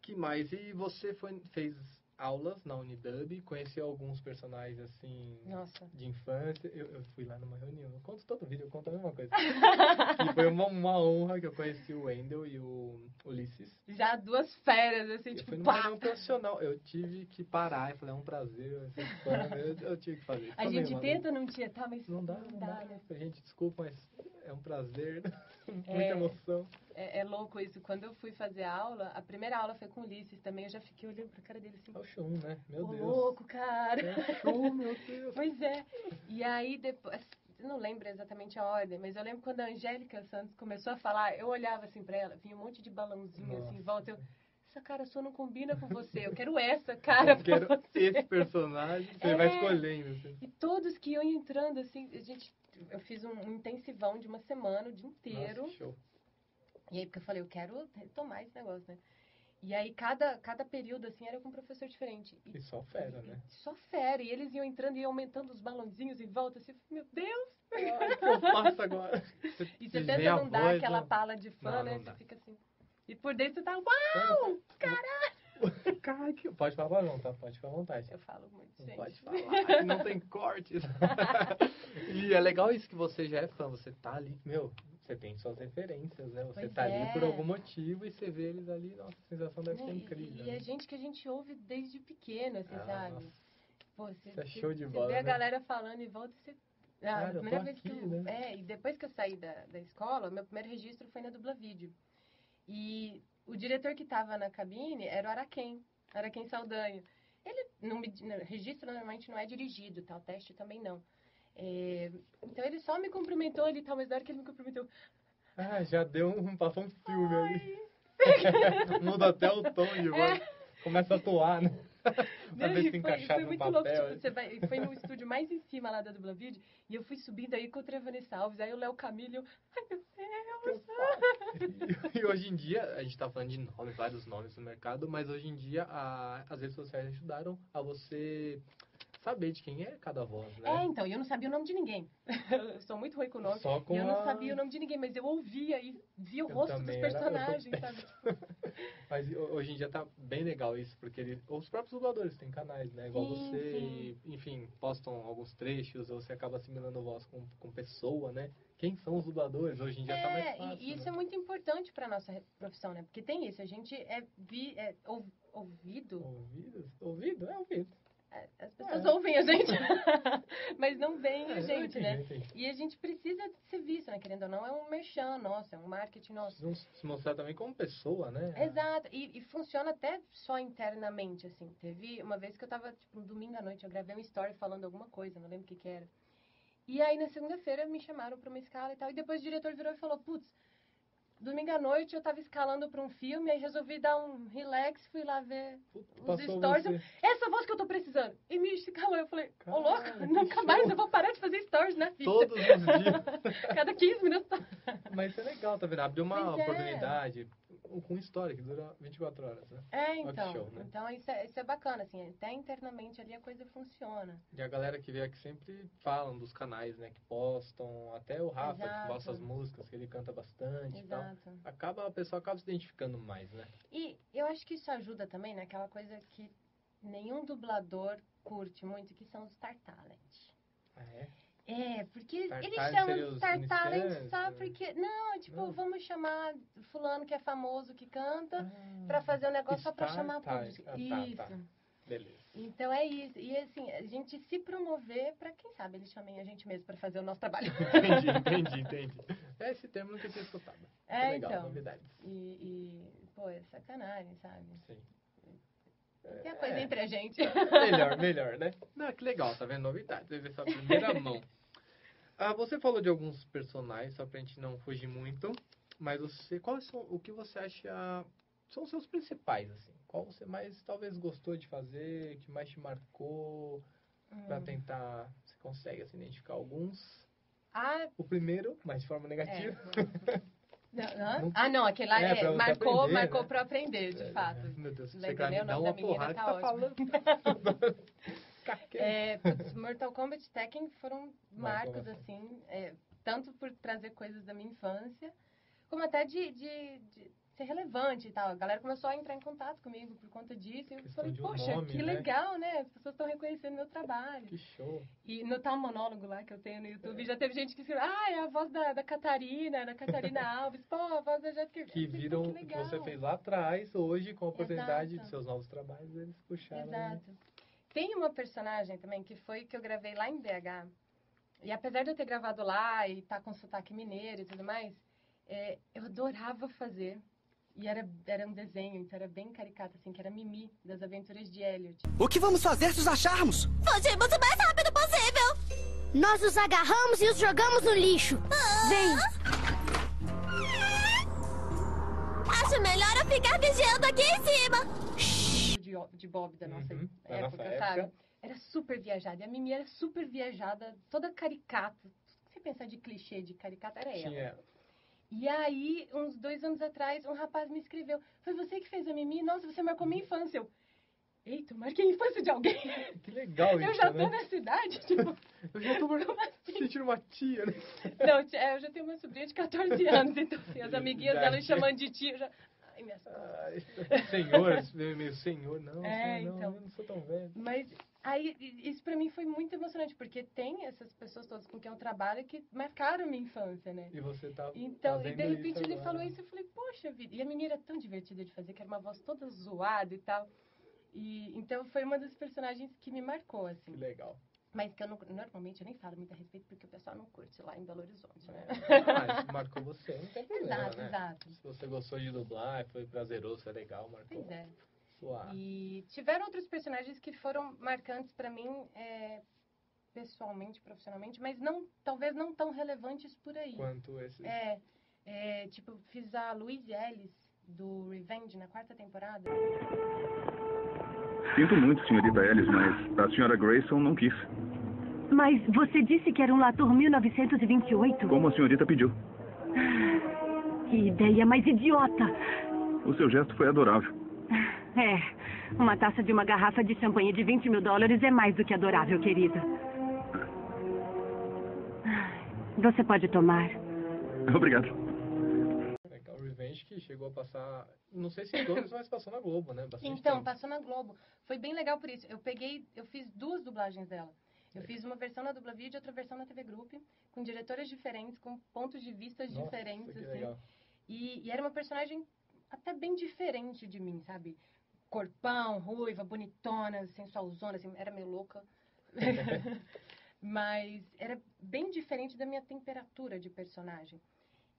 Que mais? E você foi, fez aulas na Unidub, conheceu alguns personagens assim
Nossa.
de infância. Eu, eu fui lá numa reunião. Eu conto todo vídeo, eu conto a mesma coisa. e foi uma, uma honra que eu conheci o Wendel e o Ulisses.
Já duas férias, assim,
Eu
tipo,
fui numa
pá!
reunião profissional. Eu tive que parar e falei, é um prazer, eu sou fã, né? eu, eu tive que fazer.
A
Só
gente
mesmo, né?
tenta não tietar, mas
Não dá, não dá.
né?
A gente desculpa, mas é um prazer. Muita
É.
emoção.
É, é louco isso. Quando eu fui fazer aula, a primeira aula foi com o Ulisses também, eu já fiquei olhando pra cara dele assim,
É o show, né? Meu
ô
Deus.
louco, cara.
É o show, meu Deus.
Pois é. E aí depois, eu não lembro exatamente a ordem, mas eu lembro quando a Angélica Santos começou a falar, eu olhava assim pra ela, vinha um monte de balãozinho assim em
Nossa.
volta, eu, essa cara sua não combina com você, eu quero essa cara
Eu
pra
quero
você.
esse personagem, você
É.
vai escolhendo. Assim.
E todos que iam entrando assim, a gente eu fiz um intensivão de uma semana, o dia inteiro.
Nossa, que show.
E aí, porque eu falei, eu quero retomar esse negócio, né? E aí, cada, cada período, assim, era com um professor diferente. E,
E só fera, né?
e só fera. E eles iam entrando e iam aumentando os balãozinhos em volta, assim, eu falei, meu Deus!
Ah, o que eu faço agora? Você,
E você
vê a
tenta não dar
voz,
aquela
né?
pala de fã,
Não,
né?
não
você
dá.
fica assim. E por dentro você tá, uau!
Cara, que- Pode falar pra não, tá? Pode ficar à vontade.
Eu falo muito,
Não
gente.
pode falar, não tem cortes. e é legal isso que você já é fã, você tá ali, meu, você tem suas referências, né? Você
Pois
tá ali
é.
por algum motivo e você vê eles ali, nossa, a sensação deve
Não,
ser
É, e-
incrível.
E,
né?
a gente que a gente ouve desde pequeno, assim,
Ah,
sabe?
nossa.
Pô, você,
Isso é
você-
show de
você
bola,
vê
né?
a galera falando e volta e você. Ah,
Cara, eu
a
tô
primeira vez que
aqui,
eu.
né?
É, e depois que eu saí da, da escola, meu primeiro registro foi na dubla vídeo. E o diretor que tava na cabine era o Araquém, Araquém Saldanha. Ele não me, não, registro normalmente não é dirigido, tá? O teste também não. É, então ele só me cumprimentou ali e tal, mas na hora que ele me cumprimentou,
Ah, já deu um. Passou um filme ali. Muda até o tom de voz.
É.
Começa a atuar, né? pra
Não,
ver
e
se encaixar
foi
no
muito
papel.
louco, tipo, você vai, foi no estúdio mais em cima lá da Dubla Vídeo, e eu fui subindo aí contra a Vanessa Alves, aí o Léo Camilo, e eu, ai meu Deus,
E- E hoje em dia, a gente tá falando de nome, vários nomes no mercado, mas hoje em dia a- as redes sociais ajudaram a você saber de quem é cada voz,
É,
né?
então, e eu não sabia o nome de ninguém. eu sou muito ruim com o nome.
Só com
e eu não
a-
sabia o nome de ninguém, mas eu ouvia e via o
Eu
rosto dos
também era- eu
personagens, sabe?
Mas ho- hoje em dia tá bem legal isso, porque ele- os próprios dubladores têm canais, né? Igual
Sim,
você,
sim.
e, enfim, postam alguns trechos, você acaba assimilando voz com, com pessoa, né? Quem são os dubladores? Hoje em dia tá mais
É,
fácil.
e isso
né?
é muito importante pra nossa re- profissão, né? Porque tem isso, a gente é, vi, é ou- ouvido,
Ouvido? Ouvido? É ouvido.
é, as pessoas
É.
ouvem a gente, mas não veem a
É,
gente,
eu
né?
entendi, eu entendi.
E a gente precisa ser visto, né? Querendo ou não, é um merchan nosso, é um marketing nosso.
Precisam se mostrar também como pessoa, né?
Exato, e, e funciona até só internamente, assim. Teve uma vez que eu tava, tipo, um domingo à noite, eu gravei um story falando alguma coisa, não lembro o que que era. E aí, na segunda-feira, me chamaram pra uma escala e tal, e depois o diretor virou e falou, putz, domingo à noite eu tava escalando pra um filme, aí resolvi dar um relax, fui lá ver
Puta,
os
passou
stories,
você.
essa voz que eu tô precisando. E me escalou, eu falei, ô louca,
Cara, que
nunca mais
show.
eu vou parar de fazer stories na vida.
Todos os dias.
Cada 15 minutos.
Mas isso é legal, tá vendo? Abriu uma
Pois é.
oportunidade com história que dura 24 horas, né?
É,
Olha que
então.
show, né?
Então isso é, isso é bacana, assim, até internamente ali a coisa funciona.
E a galera que vê aqui sempre falam dos canais, né? Que postam, até o Rafa que
Exato.
posta as músicas, que ele canta bastante e tal.
Exato.
Acaba, a pessoa acaba se identificando mais, né?
E eu acho que isso ajuda também naquela coisa que nenhum dublador curte muito, que são os Star Talent.
Ah, é?
É, porque
Star
eles
Talent
chamam
seria
de
os
Star Talent
iniciantes,
só
né?
porque. Não, tipo,
Não.
vamos chamar fulano que é famoso, que canta, pra fazer um negócio só pra
Star
chamar
Talent.
público.
Ah, tá,
Isso.
tá. Beleza.
Então é isso. E assim, a gente se promover pra quem sabe eles chamem a gente mesmo pra fazer o nosso trabalho.
Entendi, entendi, entendi. Até É esse termo eu nunca tinha escutado.
É,
legal, tá
então.
novidades.
E, e, pô, é sacanagem, sabe?
Sim.
Tem a
É.
coisa entre a gente.
Melhor, melhor, né? Não, que legal, tá vendo? Novidades, teve essa primeira mão. Ah, você falou de alguns personagens, só pra gente não fugir muito. Mas você, quais são, o que você acha são os seus principais, assim? Qual você mais talvez gostou de fazer, que mais te marcou, pra
Hum.
tentar, você consegue assim, identificar alguns?
Ah, é.
O primeiro, mas de forma negativa.
não, hã? ah, não, aquele lá
É,
é,
pra você
marcou,
aprender,
marcou
né?
pra aprender, É, de fato.
Meu Deus, você
Entendeu?
vai me
O
dar
nome
uma
da menina
porrada,
tá
tá falando. Caquete.
É, putz, Mortal Kombat e Tekken foram
Marcou
marcos,
você.
assim, é, tanto por trazer coisas da minha infância, como até de, de- de ser relevante e tal. A galera começou a entrar em contato comigo por conta disso. E eu
Questão
falei,
de um
poxa,
nome,
que
né?
legal, né? As pessoas estão reconhecendo meu trabalho.
Que show.
E no tal monólogo lá que eu tenho no YouTube, já teve gente que escreveu, ah, é a voz da, da Catarina, da Catarina Alves, pô, a voz da Jéssica.
que viram o que você fez lá atrás, hoje, com a oportunidade
Exato.
de seus novos trabalhos, eles puxaram. né?
Exato. Tem uma personagem também que foi que eu gravei lá em BH. E apesar de eu ter gravado lá e estar com sotaque mineiro e tudo mais, é, eu adorava fazer. E era, era um desenho, então era bem caricato, assim, que era Mimi, das Aventuras de Elliot.
O que vamos fazer se os acharmos?
Fugimos o Ah! mais rápido possível! Nós os agarramos e os jogamos no lixo. Vem! Acho melhor eu ficar vigiando aqui em cima!
De, O- de Bob da nossa
Uhum, da nossa
época,
época.
sabe? Era super viajada. E a Mimi era super viajada, toda caricata. Tudo que você pensar de clichê de caricata era ela.
Tinha.
E aí, uns dois anos atrás, um rapaz me escreveu. Foi você que fez a Mimi? Nossa, você marcou minha infância. Eu, Eita, eu marquei a infância de alguém.
Que legal isso,
Eu já
né?
tô nessa idade. Tipo,
Eu já tô
como assim?
sentindo uma tia, né?
Não, tia, é, eu já tenho uma sobrinha de 14 anos. Então, assim, as amiguinhas dela me
Verdade.
chamando de tia. eu Já... Ai, minha sogra.
Ai, senhor, meio, meio senhor, não,
É,
senhor, não,
então.
eu não sou tão velho.
Mas aí, i- isso pra mim foi muito emocionante. Porque tem essas pessoas todas com quem eu trabalho que marcaram minha infância, né?
E você tá
Então, e
fazendo
de repente
isso
ele
agora.
falou isso, eu falei, poxa vida. E a menina era tão divertida de fazer, que era uma voz toda zoada e tal. E, então foi uma das personagens que me marcou,
Que
assim.
legal.
Mas que eu não- normalmente eu nem falo muito a respeito, porque o pessoal não curte lá em Belo Horizonte, né?
Mas Ah, marcou você, não tem problema,
Exato,
né?
exato.
Se você gostou de dublar, foi prazeroso, foi legal, marcou.
Pois é.
Suave.
E tiveram outros personagens que foram marcantes pra mim, é, pessoalmente, profissionalmente, mas não, talvez não tão relevantes por aí.
Quanto esse...
É, é, tipo, fiz a Louise Ellis do Revenge na quarta temporada.
Sinto muito, senhorita Ellis, mas a senhora Grayson não quis.
Mas você disse que era um Latour 1928?
Como a senhorita pediu.
Que ideia mais idiota!
O seu gesto foi adorável.
É, uma taça de uma garrafa de champanhe de 20 mil dólares é mais do que adorável, querida. Você pode tomar.
Obrigado.
Legal, Revenge que chegou a passar, não sei se em todos, mas passou na Globo, né? Bastante
Então,
tempo.
passou na Globo. Foi bem legal por isso. Eu peguei, eu fiz duas dublagens dela. Eu fiz uma versão na Dubla Vídeo e outra versão na TV Group, com diretoras diferentes, com pontos de vistas
Nossa,
diferentes,
que
assim.
legal.
E, e era uma personagem até bem diferente de mim, sabe? Corpão, ruiva, bonitona, sensualzona, assim, era meio louca. Mas era bem diferente da minha temperatura de personagem.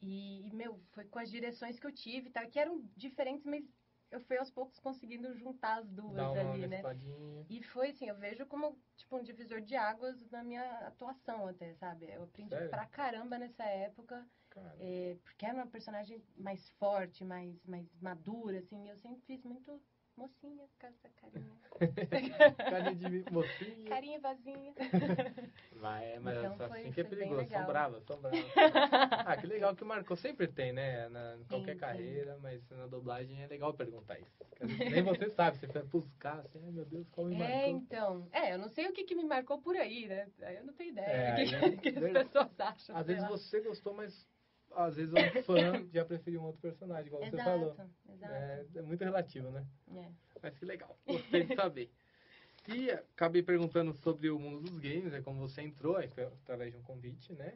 E, e, meu, foi com as direções que eu tive, e tal, que eram diferentes, mas eu fui aos poucos conseguindo juntar as duas
Dá uma
ali, né?
mescladinha.
E foi assim, eu vejo como tipo um divisor de águas na minha atuação até, sabe? Eu aprendi
Sério?
pra caramba nessa época,
Cara,
é, porque era uma personagem mais forte, mais, mais madura, assim, e eu sempre fiz muito mocinha, por causa da carinha.
carinha de mocinha.
É. carinha vazinha.
Vai, é, mas
Então
só
foi-
assim que é
foi bem
perigoso. São
legal.
bravas, são bravas. Ah, que legal que marcou. Sempre tem, né? Na, em qualquer
sim.
carreira, mas na dublagem é legal perguntar isso. Porque às vezes Nem você sabe, você vai buscar assim, ai meu Deus, qual me
É,
marcou?
então. É, eu não sei o que, que me marcou por aí, né? Aí Eu não tenho ideia
É,
do que,
aí é
que as
verdade.
pessoas acham.
Às
sei
vezes
lá.
você gostou, mas às vezes um fã já preferiu um outro personagem, igual você falou.
Exato, exato.
É, é muito relativo, né?
é.
Mas que legal, gostei de saber. E eh, acabei perguntando sobre o mundo dos games, é como você entrou, é, foi através de um convite, né?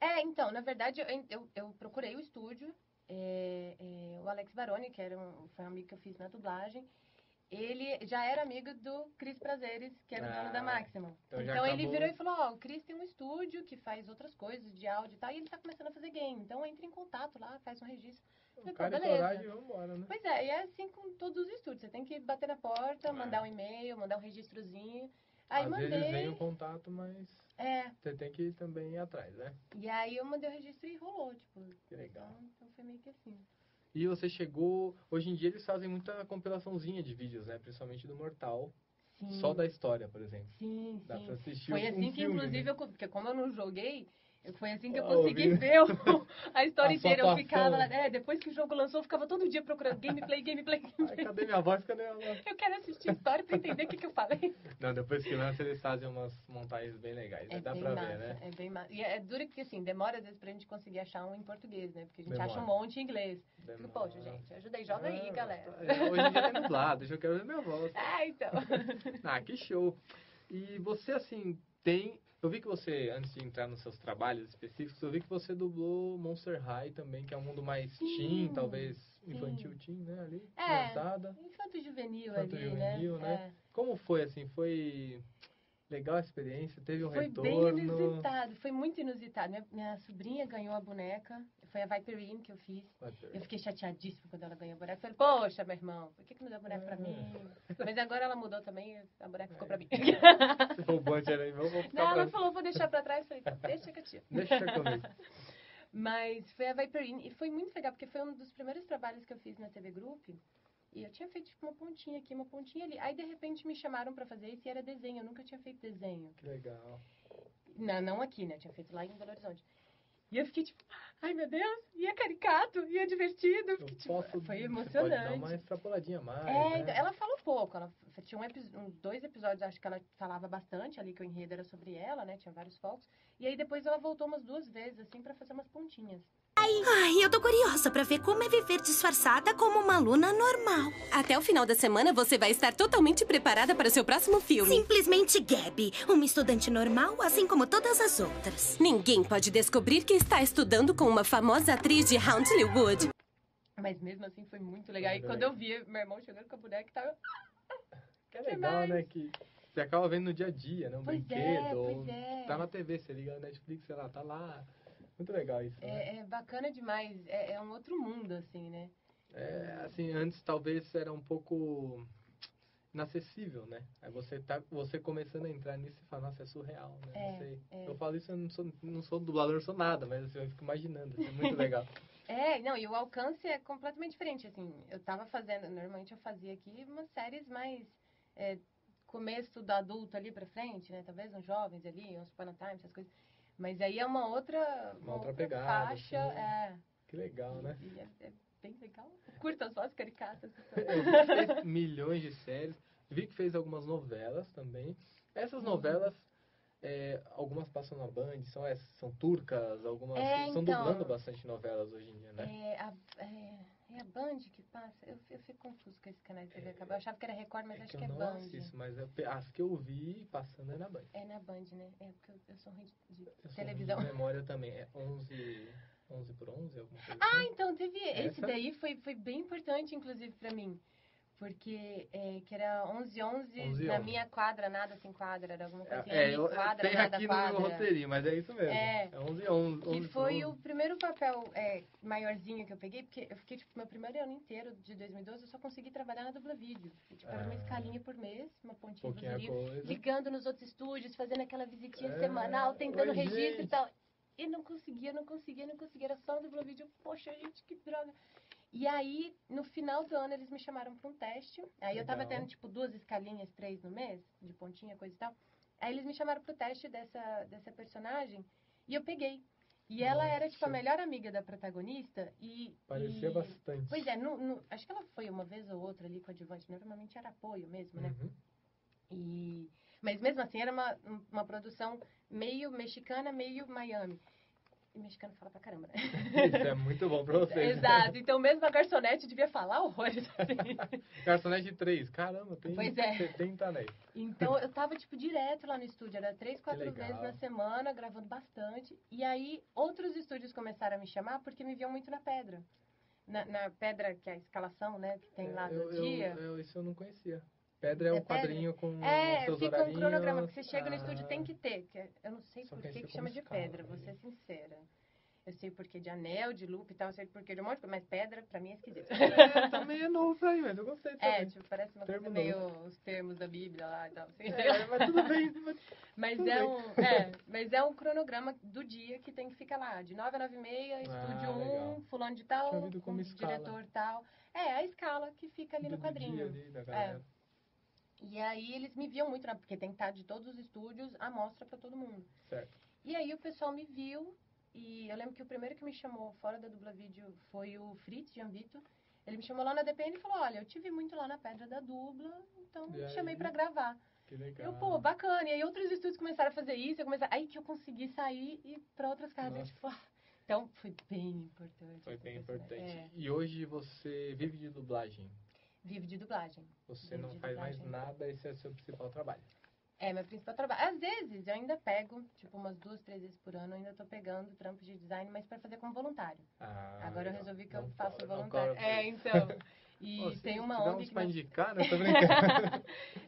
É, então, na verdade, eu, en- eu, eu procurei o estúdio, é, é, o Alex Baroni, que era um, foi um amigo que eu fiz na dublagem, ele já era amigo do Cris Prazeres, que era o
Ah,
dono da Maximum.
então já
ele
acabou.
virou e falou, ó, o Cris tem um estúdio que faz outras coisas de áudio e tal, e ele tá começando a fazer game, então entra em contato lá, faz um registro. Eu falei,
O
"Pô,
cara e
beleza."
coragem, vambora, né?
Pois é, e é assim com todos os estúdios. Você tem que bater na porta, mandar um e-mail, mandar um registrozinho. Aí
É. Às
mandei.
vezes vem um o contato, mas
É,
você tem que também ir atrás, né?
e aí eu mandei o registro e rolou, tipo.
Que legal.
Então, então foi meio que assim.
E você chegou... Hoje em dia eles fazem muita compilaçãozinha de vídeos, né? Principalmente do Mortal.
Sim.
Só da história, por exemplo.
Sim, sim.
Dá pra assistir
Foi
um
assim que,
filme,
inclusive,
né?
eu. co- Porque como eu não joguei, eu- foi assim que eu
Ah,
consegui
ouvi.
ver o- a história
A sua
inteira. Eu
atuação.
ficava. É, depois que o jogo lançou, eu ficava todo dia procurando gameplay, gameplay,
Ai,
gameplay.
cadê minha voz? Cadê minha voz?
Eu quero assistir a história pra entender o que, que eu falei.
Não, depois que lança eles fazem umas montagens bem legais. né? Dá
bem
pra
massa,
ver, né?
É bem massa. E é duro que, assim, demora às vezes pra gente conseguir achar um em português, né? Porque a gente
Demora.
acha um monte em inglês. Fico,
Demora.
poxa, gente, ajuda aí, joga aí,
Ah,
galera.
tá- Hoje em dia é nublado, eu quero ver minha voz.
ah, então.
Ah, que show. E você, assim, tem... Eu vi que você, antes de entrar nos seus trabalhos específicos, eu vi que você dublou Monster High também, que é um mundo mais teen,
Sim,
talvez infantil teen, né? Ali,
É.
criançada.
Infanto juvenil
Infanto
ali,
juvenil,
né?
né? Como foi, assim? Foi legal a experiência? Teve um
É. Foi
retorno?
bem inusitado, foi muito inusitado. Minha, minha sobrinha ganhou a boneca, foi a Viperine que eu fiz. Eu fiquei chateadíssima quando ela ganhou a boneca. Eu falei, poxa, meu irmão, por que, que não deu a boneca pra mim? Mas agora ela mudou também, a boneca ficou pra mim.
O Bunch era aí, vamos
Não,
ficar
ela
pra...
falou, vou deixar pra trás. Eu falei, então, deixa que eu tiro.
Deixa comigo.
Mas foi a Viperine e foi muito legal, porque foi um dos primeiros trabalhos que eu fiz na TV Group. E eu tinha feito tipo, uma pontinha aqui, uma pontinha ali. Aí de repente me chamaram pra fazer isso e era desenho. Eu nunca tinha feito desenho.
Que legal.
Não, não aqui, né? Eu tinha feito lá em Belo Horizonte. E eu fiquei tipo, ai meu Deus, e é caricato, e é divertido. Eu
Eu
fiquei, tipo,
posso,
foi
Você pode dar
emocionante.
uma extrapoladinha a mais,
É,
né?
então, ela falou pouco. Ela f- tinha um epi- uns dois episódios, acho que ela falava bastante ali, que o enredo era sobre ela, né? Tinha vários focos. E aí depois ela voltou umas duas vezes, assim, pra fazer umas pontinhas.
Ai, eu tô curiosa pra ver como é viver disfarçada como uma aluna normal.
Até o final da semana você vai estar totalmente preparada para o seu próximo filme.
Simplesmente Gabi, uma estudante normal, assim como todas as outras.
Ninguém pode descobrir que está estudando com uma famosa atriz de Hauntley Wood.
Mas mesmo assim foi muito legal.
Ah,
E
bem
quando
legal. Tá
eu vi meu irmão chegando com a boneca e tava.
Que é legal, né? Que você acaba vendo no dia a dia, né? Um
Pois é,
brinquedo. ou
pois é.
Tá na TV, você liga na Netflix, sei lá, tá lá. Muito legal isso, né?
É, é bacana demais. É, é um outro mundo, assim, né?
É, assim, antes talvez era um pouco inacessível, né? Aí você tá você começando a entrar nisso e fala, nossa, é surreal, né?
É,
Não sei.
é.
Eu falo isso, eu não sou, não sou dublador, não sou nada, mas assim, eu fico imaginando, assim, é muito legal.
É, não, e o alcance é completamente diferente, assim, eu tava fazendo, normalmente eu fazia aqui umas séries mais é, começo do adulto ali pra frente, né, talvez uns jovens ali, uns Upon a Time, essas coisas, mas aí é uma outra,
Uma outra pegada,
faixa,
assim.
é,
Que legal, né?
e é, é bem legal, curta só as caricatas.
Eu vi que fez milhões de séries. Vi que fez algumas novelas também.
Uhum.
Essas novelas, é, algumas passam na Band, são, essas- são turcas, algumas
É,
estão
então.
dublando bastante novelas hoje em dia, né?
É, a, é, é a Band que passa, eu, eu fico confuso com esse canal de TV, acabou. eu achava que era Record, mas
É
acho
que
que é
eu não
Band.
assisto, mas eu pe- as que eu vi passando é na Band.
É na Band, né? É porque eu, eu sou ruim de- de,
Eu sou ruim
televisão.
De memória também, é 11, 11 por 11, alguma coisa
Ah,
assim.
então teve. Esse
Essa?
daí foi, foi bem importante, inclusive, pra mim. Porque é, que era 11 11,
11,
na
11.
minha quadra, nada sem quadra, era alguma coisa assim,
É,
me
eu-
quadra,
tem
nada
aqui
quadra.
no meu roteirinho, mas é isso mesmo.
É.
11 11,
Que
11 por 11.
foi o primeiro papel é, maiorzinho que eu peguei, porque eu fiquei, tipo, meu primeiro ano inteiro de 2012, eu só consegui trabalhar na dupla vídeo. E, Tipo, era uma
Ah. é
escalinha por mês, uma pontinha dos
Pouquinha
livros,
coisa.
ligando nos outros estúdios, fazendo aquela visitinha
É,
semanal, tentando
oi,
registro
gente.
e tal. E não conseguia, não conseguia, não conseguia, era só dupla vídeo. Poxa, gente, que droga. E aí, no final do ano, eles me chamaram pra um teste. Aí eu tava
Legal.
tendo, tipo, duas escalinhas, três no mês, de pontinha, coisa e tal. Aí eles me chamaram pro teste dessa, dessa personagem e eu peguei. E ela era, tipo, a
Nossa.
melhor amiga da protagonista e...
Parecia
e-
bastante.
Pois é, no- no- acho que ela foi uma vez ou outra ali com a Advante, normalmente era apoio mesmo, né?
Uhum.
E... Mas mesmo assim era uma, uma produção meio mexicana, meio Miami. E mexicano fala pra caramba, né?
Isso é muito bom pra vocês.
Exato, então mesmo a garçonete devia falar horrores assim.
Garçonete 3, caramba, tem
Pois é.
70 anéis.
Então eu tava, tipo, direto lá no estúdio, era três, quatro
legal.
vezes na semana, gravando bastante. E aí outros estúdios começaram a me chamar porque me viam muito na pedra. na, na pedra que é a escalação, né, que tem lá
É, eu,
do
eu,
dia.
eu- isso eu não conhecia. Pedra é,
É
um
pedra?
quadrinho com
É,
seus
fica um
horarinhos.
cronograma que você chega no
Ah,
estúdio tem que ter. Que é- eu não sei
Só
por
que aí
que, que
fica
chama
como
de
escala,
pedra,
né?
vou ser sincera. Eu sei o porquê de anel, de lupa e tal, eu sei o porquê de um monte de coisa, mas pedra pra mim é esquisito.
É, também é novo pra mim, mas eu gostei também.
É, tipo, parece uma
Termo
coisa
novo.
meio os termos da Bíblia lá e tal. Assim,
É, mas tudo bem,
Mas
tudo
é
bem.
um, é, mas é um cronograma do dia que tem que ficar lá, de 9 a 9 e meia, estúdio 1,
Ah, legal.
fulano de
Tinha
tal,
ouvido como
com
escala.
diretor tal. É, a escala que fica ali
Do
no quadrinho.
dia ali, da
É.
galera.
E aí eles me viam muito, né, porque tem que estar de todos os estúdios a mostra pra todo mundo.
Certo.
E aí o pessoal me viu e eu lembro que o primeiro que me chamou fora da dupla vídeo foi o Fritz Gianvito. Ele me chamou lá na DPN e falou: "Olha, eu tive muito lá na Pedra da Dubla, então
E
me
aí?
chamei pra gravar".
Que legal.
Eu, pô, bacana. E aí outros estúdios começaram a fazer isso, eu comecei... aí que eu consegui sair e ir pra outras casas, eu,
Nossa.
tipo, ah, então foi bem importante.
Foi
essa
bem
questão.
importante.
É,
E hoje você vive de dublagem.
vive de dublagem.
Você
Vivo
não
de
faz mais
dublagem.
nada, esse é o seu principal trabalho.
É, meu principal trabalho. Às vezes eu ainda pego, tipo, umas duas, três vezes por ano, eu ainda tô pegando trampo de design, mas pra fazer como voluntário.
Ah,
Agora eu
legal.
resolvi que
Não
eu faço
cobra, não
voluntário.
cobra.
É, então. E
Pô, se
tem uma
tiver
ONG.
uns
que
pra
meus-
indicar, né? Tô brincando.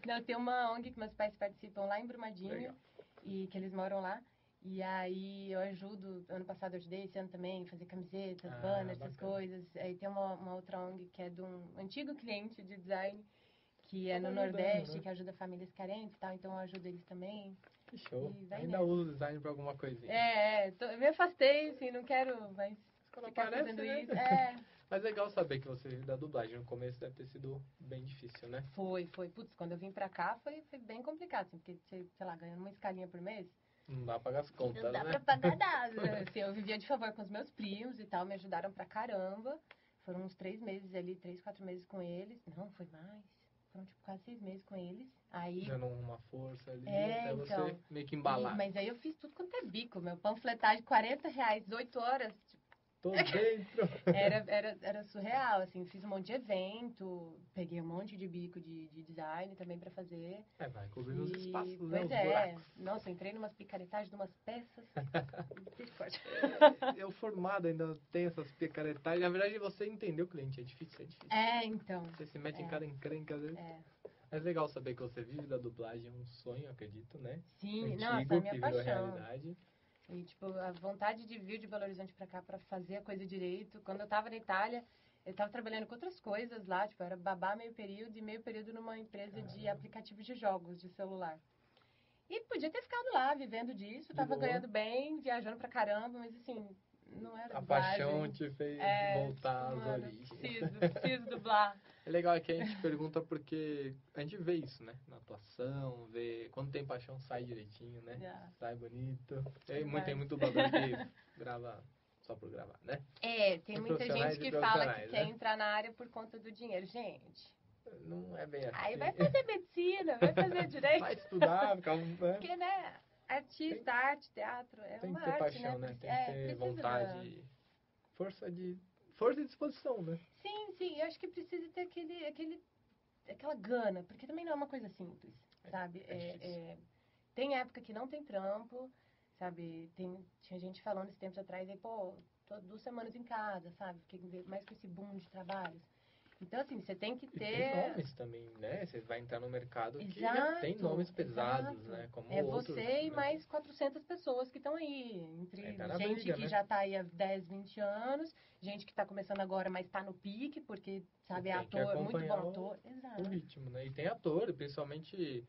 Não, tem uma ONG que meus pais participam lá em Brumadinho
Legal.
e que eles moram lá. E aí eu ajudo, ano passado eu ajudei, esse ano também, fazer camisetas,
Ah,
banners, essas
bacana.
coisas. Aí tem uma, uma outra ONG que é de um antigo cliente de design, que é
Tá
no
ajudando,
Nordeste,
né?
que ajuda famílias carentes e tal, então eu ajudo eles também.
Que show.
E vai
Ainda
nessa.
uso o design pra alguma coisinha.
É, é, tô- eu me afastei, assim, não quero mais ficar
Parece,
fazendo
né?
isso. É,
Mas legal saber que você vive da dublagem. No começo deve ter sido bem difícil, né?
foi, foi. Putz, quando eu vim pra cá foi, foi bem complicado, assim, porque você, sei lá, ganhando uma escalinha por mês,
Não dá pra pagar as contas,
Não dá
né?
pra pagar nada. Assim, eu vivia de favor com os meus primos e tal, me ajudaram pra caramba. Foram uns três meses ali, três, quatro meses com eles. Não, foi mais. Foram tipo quase seis meses com eles. Aí.
Dando uma força ali,
É,
até você
então.
meio que embalar.
E- Mas aí eu fiz tudo quanto é bico, meu. Panfletagem, 40 reais, 8 horas. tipo,
Tô dentro.
Era, era, era surreal, assim. Fiz um monte de evento, peguei um monte de bico de, de design também pra fazer.
É, vai cobrindo os
E-
espaços, né?
Pois
Os
é.
buracos.
Nossa, eu entrei numas picaretagens, de umas peças. Misericórdia.
Eu formado ainda tem essas picaretagens. Na verdade, você entender o cliente é difícil, é difícil.
É, então.
Você se mete em
É.
cada encrenca, às vezes.
É.
Mas legal saber que você vive da dublagem, é um sonho, acredito, né?
Sim,
Antigo,
nossa, é a minha
que virou
paixão.
realidade.
E, tipo, a vontade de vir de Belo Horizonte pra cá pra fazer a coisa direito. Quando eu tava na Itália, eu tava trabalhando com outras coisas lá, tipo, eu era babá meio período e meio período numa empresa de aplicativo de jogos de celular. E podia ter ficado lá vivendo disso,
De
tava
boa.
ganhando bem, viajando pra caramba, mas assim, não era
A
dublagem.
paixão te fez
É,
voltar às
mano,
origens.
Preciso, preciso dublar.
É legal é que a gente pergunta porque a gente vê isso, né? Na atuação, vê. Quando tem paixão, sai direitinho, né?
Já.
Sai bonito. Tem muito, tem
Verdade.
muito dublador que grava só por gravar, né?
É, tem
De
muita
profissionais
gente
e
que fala que
profissionais,
quer
né?
entrar na área por conta do dinheiro. Gente,
Não é bem assim.
aí vai fazer medicina, vai fazer direito.
Vai estudar, ficar um. né?
Porque, né? Artista, arte, teatro, é
Tem
uma
que ter
arte,
paixão, né?
né?
Tem
É,
que ter
precisa
vontade.
da-
e Força de. Força e disposição, né?
Sim, sim, eu acho que precisa ter aquele, aquele, aquela gana, porque também não é uma coisa simples, sabe? É, é, tem época que não tem trampo, sabe? Tem, tinha gente falando esses tempos atrás, aí, pô, tô duas semanas em casa, sabe? Fiquei mais com esse boom de trabalhos. Então, assim, você tem que
E
ter...
tem nomes também, né? Você vai entrar no mercado que já tem
Exato,
nomes pesados,
exato.
né? Como
É
outros,
você e
né?
mais 400 pessoas que estão aí. Entre
Aí tá na
gente
briga,
que
né?
já está aí há 10, 20 anos, gente que está começando agora, mas está no pique, porque, sabe, é
Tem que
ator, muito
acompanhar
bom
o-
ator.
o
Exato.
ritmo, né? E tem ator, principalmente.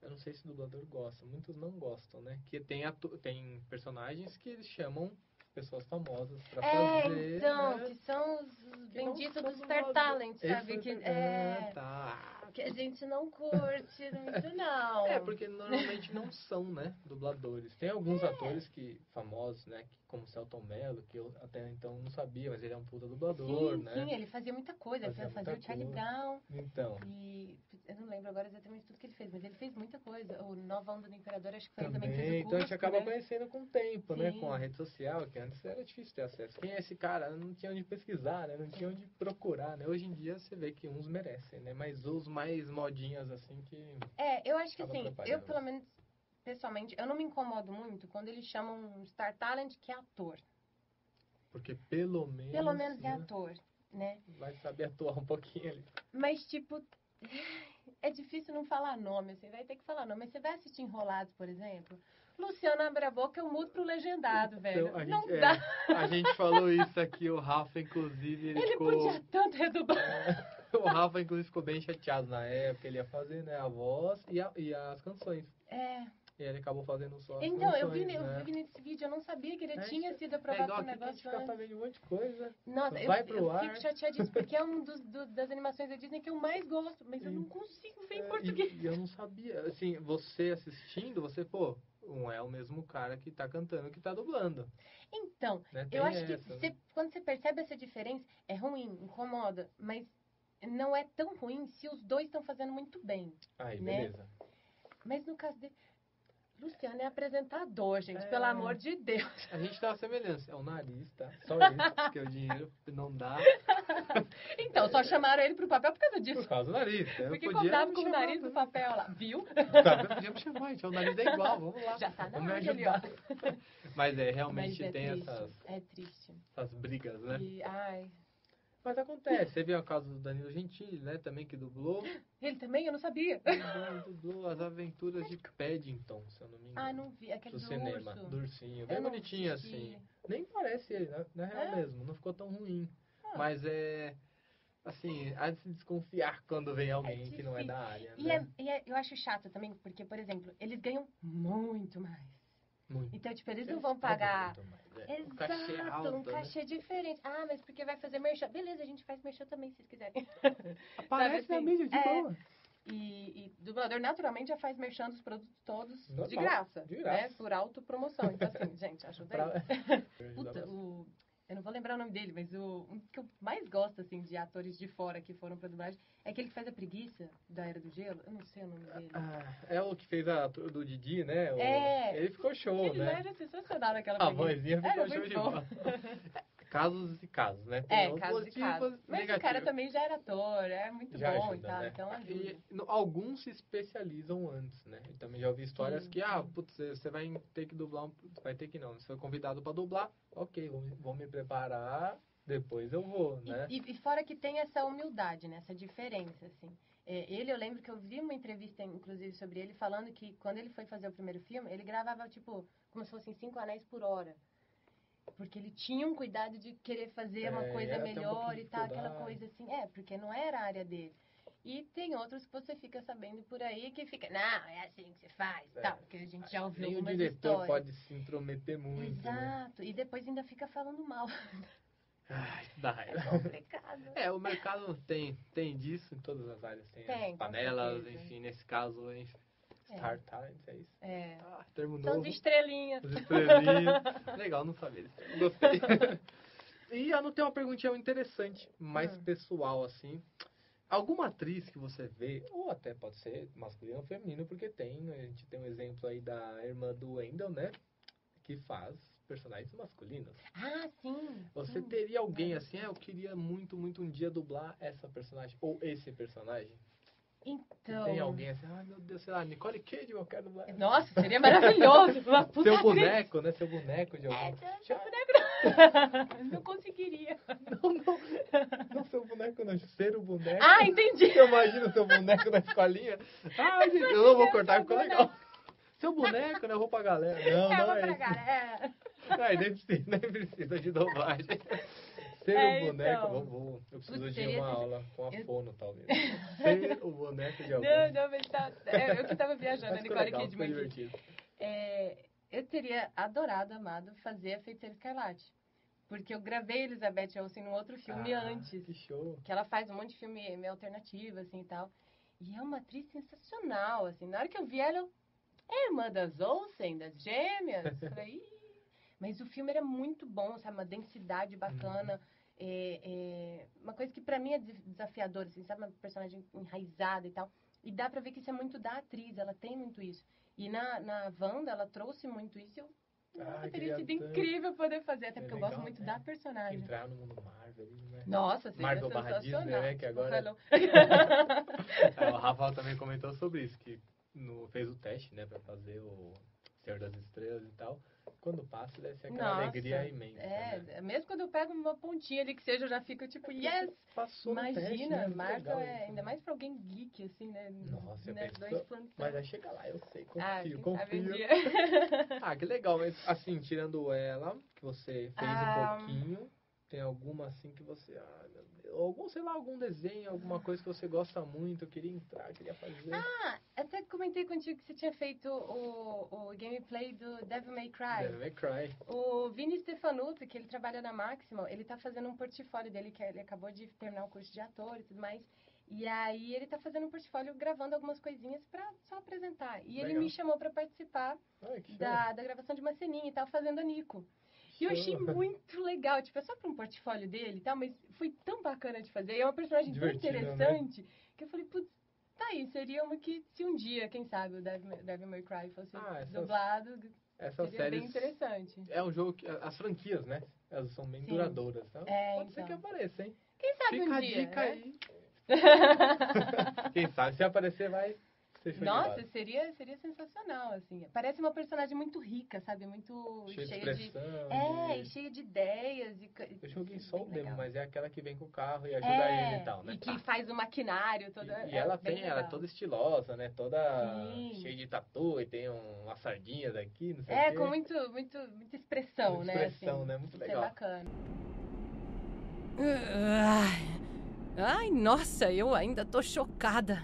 Eu não sei se dublador gosta, muitos não gostam, né? Que tem, ato- tem personagens que eles chamam pessoas famosas pra fazer.
É, então,
né?
que são os os
Que não
benditos
são
dos
dubladores.
Star Talent,
Esse
sabe?
foi-
Que,
Ah,
é,
tá.
que a gente não curte muito, não.
É, porque normalmente não são, né, dubladores. Tem
É.
alguns atores que famosos, né, que- como Celton Mello, que eu até então não sabia, mas ele é um puta dublador,
Sim,
né?
sim, ele fazia muita coisa. Ele
Fazia
fazia, o
muita
Charlie
coisa.
Brown.
Então,
E eu não lembro agora exatamente tudo que ele fez, mas ele fez muita coisa. O Nova Onda do Imperador, acho que foi ele também que fez o
também, então a gente
Cusco,
acaba
né?
conhecendo com o tempo, né, com a
Sim.
rede social, que antes era difícil ter acesso. Quem é esse cara? Não tinha onde pesquisar, né, não tinha onde procurar, né? Hoje em dia você vê que uns merecem, né, mas os mais modinhas, assim, que...
É, eu acho que
Acaba
assim, eu
atrapalhando.
pelo menos, pessoalmente, eu não me incomodo muito quando eles chamam um Star Talent que é ator.
Porque pelo menos...
Pelo menos é
né,
ator. né?
Vai saber atuar um pouquinho ali.
Mas, tipo, é difícil não falar nome, assim, vai ter que falar nome. Mas você vai assistir Enrolados, por exemplo? Luciano abre a boca, eu mudo pro legendado, velho.
Então, a
não
gente, é,
dá.
a gente falou isso aqui, o Rafa, inclusive, ele,
Ele
ficou...
podia tanto redublar.
O Rafa, inclusive, ficou bem chateado na época. Ele ia fazer, né, a voz e, a- e as canções.
É.
E ele acabou fazendo só as
Então, eu vi,
canções,
eu
né?
vi nesse vídeo, eu não sabia que ele
É,
tinha
isso-
sido
é
aprovado
igual
pro
aqui que a gente
negócio
fica sabendo um monte de coisa.
Nossa, eu,
Vai pro
eu
ar.
fico chateadíssima, porque é um dos, do- das animações da Disney que eu mais gosto, mas eu não consigo ver é em português.
É. E, e eu não sabia. Assim, você assistindo, você, pô, não é o mesmo cara que tá cantando que tá dublando.
Então,
Né, tem
eu acho que
essa, né?
cê- quando você percebe essa diferença, é ruim, incomoda, mas não é tão ruim se os dois estão fazendo muito bem.
Aí,
né?
beleza.
Mas no caso dele. Luciano é apresentador, gente,
É.
pelo amor de Deus.
A gente tem uma semelhança. É o nariz, tá? Só isso, porque o dinheiro não dá
Então, só chamaram ele pro papel por causa disso.
por causa do nariz. né? Eu
Porque
podia
contava
me
com o
chamar,
nariz no papel lá, viu?
Tá, eu podia me chamar, gente. O nariz é igual, vamos lá.
Já tá na
Vamos me
hora ali, ó.
ajudar. Mas é, realmente
Mas é
tem
triste,
essas,
é triste.
essas brigas, né?
E, ai...
Mas acontece. Você viu a causa do Danilo Gentili, né? Também que dublou.
Ele também? Eu não sabia.
Dublou, dublou as aventuras de Paddington, se eu não me engano.
Ah, não vi. Aquele
do
do,
cinema,
urso.
do ursinho.
Eu
Bem
não
bonitinho
assisti.
assim. Nem parece ele, né? na real
É?
mesmo. Não ficou tão ruim.
Ah.
Mas é. Assim, há de se desconfiar quando vem alguém que não é
difícil.
da área.
E,
né?
é- e é- eu acho chato também, porque, por exemplo, eles ganham muito mais.
Muito.
Então, tipo, eles
Eles
não vão
pagam
pagar...
muito mais, é.
Exato,
O cachê é alto,
um
né?
cachê diferente. Ah, mas porque vai fazer merchan. Beleza, a gente faz merchan também, se vocês quiserem.
Aparece
Sabe
na mídia de
é,
boa.
E, e dublador naturalmente já faz merchan dos produtos todos de
Normal,
graça,
de graça.
né? Por autopromoção. Então, assim, gente, ajuda aí.
Pra-
Puta, o... Eu não vou lembrar o nome dele, mas o um que eu mais gosto, assim, de atores de fora que foram pra dublagem é aquele que faz a preguiça da Era do Gelo. Eu não sei o nome dele.
Ah, é o que fez a ator do Didi, né? O-
É.
Ele ficou show,
Ele
né?
era sensacional naquela
A
preguiça.
vozinha ficou
Era
show
muito
de
bom.
bola. Casos e casos, né? Tem
É,
os
caso de
positivos,
caso. Mas o cara
negativos.
também já era ator, é muito
Já
bom
ajuda,
e tal,
né?
então ajuda.
E no- alguns se especializam antes, né? Eu também já ouvi histórias
Sim,
que, ah, putz, você vai ter que dublar, um, vai ter que não, você foi convidado pra dublar, ok, vou, me- vou me preparar, depois eu vou,
E-
né?
E, e fora que tem essa humildade, né? Essa diferença, assim. É, ele, eu lembro que eu vi uma entrevista, inclusive, sobre ele, falando que quando ele foi fazer o primeiro filme, ele gravava, tipo, como se fossem cinco anéis por hora. Porque ele tinha um cuidado de querer fazer uma
É,
coisa
era até um
melhor
pouquinho
e
de
tal, aquela
dificuldade.
coisa assim. É, porque não era a área dele. E tem outros que você fica sabendo por aí que fica, não, é assim que você faz,
É.
tal. Porque a gente já ouviu
Nem o
algumas
diretor
histórias.
pode se intrometer muito, né?
Exato. E depois ainda fica falando mal.
Ai, dá raiva.
complicado.
É, o mercado tem, tem disso em todas as áreas, tem,
Tem,
as
com
panelas,
certeza.
enfim, nesse caso, enfim,
É.
Star Talent, é isso?
É.
Ah, termo
São
novo.
as estrelinhas.
As estrelinhas. Legal, não sabia disso. Gostei. e eu não tenho uma perguntinha interessante, mais
Hum.
pessoal, assim. Alguma atriz que você vê, ou até pode ser masculina ou feminina, porque tem, a gente tem um exemplo aí da irmã do Wendell, né? Que faz personagens masculinos.
Ah, sim.
Você
sim.
teria alguém assim, ah, eu queria muito, muito um dia dublar essa personagem, ou esse personagem?
Então.
Tem alguém assim, ai meu Deus, sei lá, Nicole Kidman, eu quero dublar. ela."
Nossa, seria maravilhoso. Uma puta
Seu
atriz.
boneco, né? Seu boneco
É,
de algum.
Não conseguiria.
Não, não. Não seu boneco, não. Ser o boneco.
Ah, entendi.
Eu imagino seu boneco na escolinha. Ah, gente, eu não vou cortar, ficou legal. Seu boneco, né? Eu vou pra galera. Não,
eu
não
vou
é
pra
isso.
galera.
Ai, nem precisa, nem precisa de dublagem. Ser
É,
o boneco,
então.
vou, vou. Eu preciso
Putz,
de
seria
uma
esse-
aula com a
eu-
fono, talvez. Ser o boneco de alguém.
Não, não, mas tá. é, Eu que tava viajando,
Mas
a
ficou
Nicole
legal, ficou
Kidman. aqui.
divertido.
É, eu teria adorado, amado, fazer a Feiticeira Escarlate. Porque eu gravei Elizabeth Olsen num outro filme
Ah,
antes.
Que show.
que ela faz um monte de filme meio alternativo, assim, e tal. E é uma atriz sensacional, assim. Na hora que eu vi ela, eu... É irmã das Olsen, das gêmeas. Falei, "Ih". Mas o filme era muito bom, sabe? Uma densidade
Uhum.
bacana. É, é, uma coisa que pra mim é des- desafiadora, assim, sabe? Uma personagem enraizada e tal. E dá pra ver que isso é muito da atriz, ela tem muito isso. E na, na Wanda, ela trouxe muito isso. e Eu, nossa,
Ah,
teria
queria
sido
tanto.
incrível poder fazer, até
É
porque eu
legal,
gosto muito
né?
da personagem.
Entrar no mundo Marvel, né?
Nossa, seria
Marvel barra Disney,
sensacional.
né? Que
Tipo,
agora.
falou-
É, o Rafael também comentou sobre isso, que no, fez o teste, né, pra fazer o Senhor das Estrelas e tal. Quando passa, deve ser aquela alegria imensa.
É,
né?
mesmo quando eu pego uma pontinha ali que seja, eu já fico tipo, yes!
Passou no
Imagina,
teste, né? Muito
Marta
legal
é
isso,
ainda mais pra alguém geek, assim, né?
Nossa, eu
né?
penso-
Dois plantão.
Mas já chega lá, eu sei, confio,
Ah, quem sabe um
confio.
dia.
ah, que legal, mas assim, tirando ela, que você fez
Ah,
um pouquinho, tem alguma assim que você. Ah, meu Deus, algum, sei lá, algum desenho, alguma coisa que você gosta muito, eu queria entrar, queria fazer.
Ah, até comentei contigo que você tinha feito o, o gameplay do Devil May Cry.
Devil May Cry.
O Vini Stefanuto, que ele trabalha na Maximal, ele tá fazendo um portfólio dele, que ele acabou de terminar o curso de ator e tudo mais. E aí ele tá fazendo um portfólio gravando algumas coisinhas pra só apresentar. E ele
Legal.
me chamou pra participar
Ai, que show.
da, da gravação de uma ceninha e tal, fazendo a Nico. E eu achei
Show.
muito legal, tipo, é só pra um portfólio dele e tal, mas foi tão bacana de fazer. E é uma personagem
Divertida,
tão
né?
interessante que eu falei, putz, tá aí, seria uma que se um dia, quem sabe, o Devil May- Devil May Cry fosse
Ah, essas-
dublado,
Essas
seria bem
séries.
interessante.
É um jogo que. As franquias, né? Elas são bem
Sim.
duradouras, tá?
É,
Pode ser que
então.
apareça, hein?
Quem sabe
Fica
um
a
dia,
dica
né?
aí. Quem sabe se aparecer vai ser show de bola.
Nossa, seria, seria sensacional, assim. Parece uma personagem muito rica, sabe? Muito
Cheia de
cheia de...
expressão,
É,
de-
e cheia de ideias. E... co-
Eu joguei só o demo, mas é aquela que vem com o carro e ajuda
É,
ele e tal, né?
E que faz o maquinário todo.
E ela tem, ela é
todo
toda estilosa, né? Toda
Sim.
cheia de tatu e tem um- uma sardinha daqui, não sei o
É,
quê.
com muito, muito, muita expressão,
Muita
né?
expressão,
assim.
né? Muito
Isso
legal.
É bacana.
Ai, nossa, eu ainda tô chocada.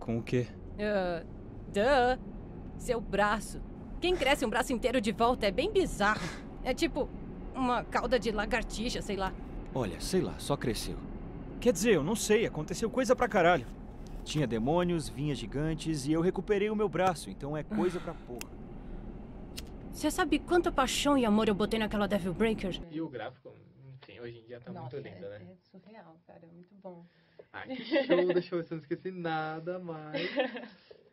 Com o quê?
Ah, duh. Seu braço. Quem cresce um braço inteiro de volta é bem bizarro. É tipo uma cauda de lagartixa, sei lá.
Olha, sei lá, só cresceu. Quer dizer, eu não sei, aconteceu coisa pra caralho. Tinha demônios, vinhas gigantes e eu recuperei o meu braço, então é coisa pra porra.
Você sabe quanta paixão e amor eu botei naquela Devil Breaker?
E o gráfico, enfim, hoje em dia tá
Nossa,
muito lindo, né?
É surreal, cara. É muito bom.
Ah, que show, deixa eu ver se eu não esqueci nada mais.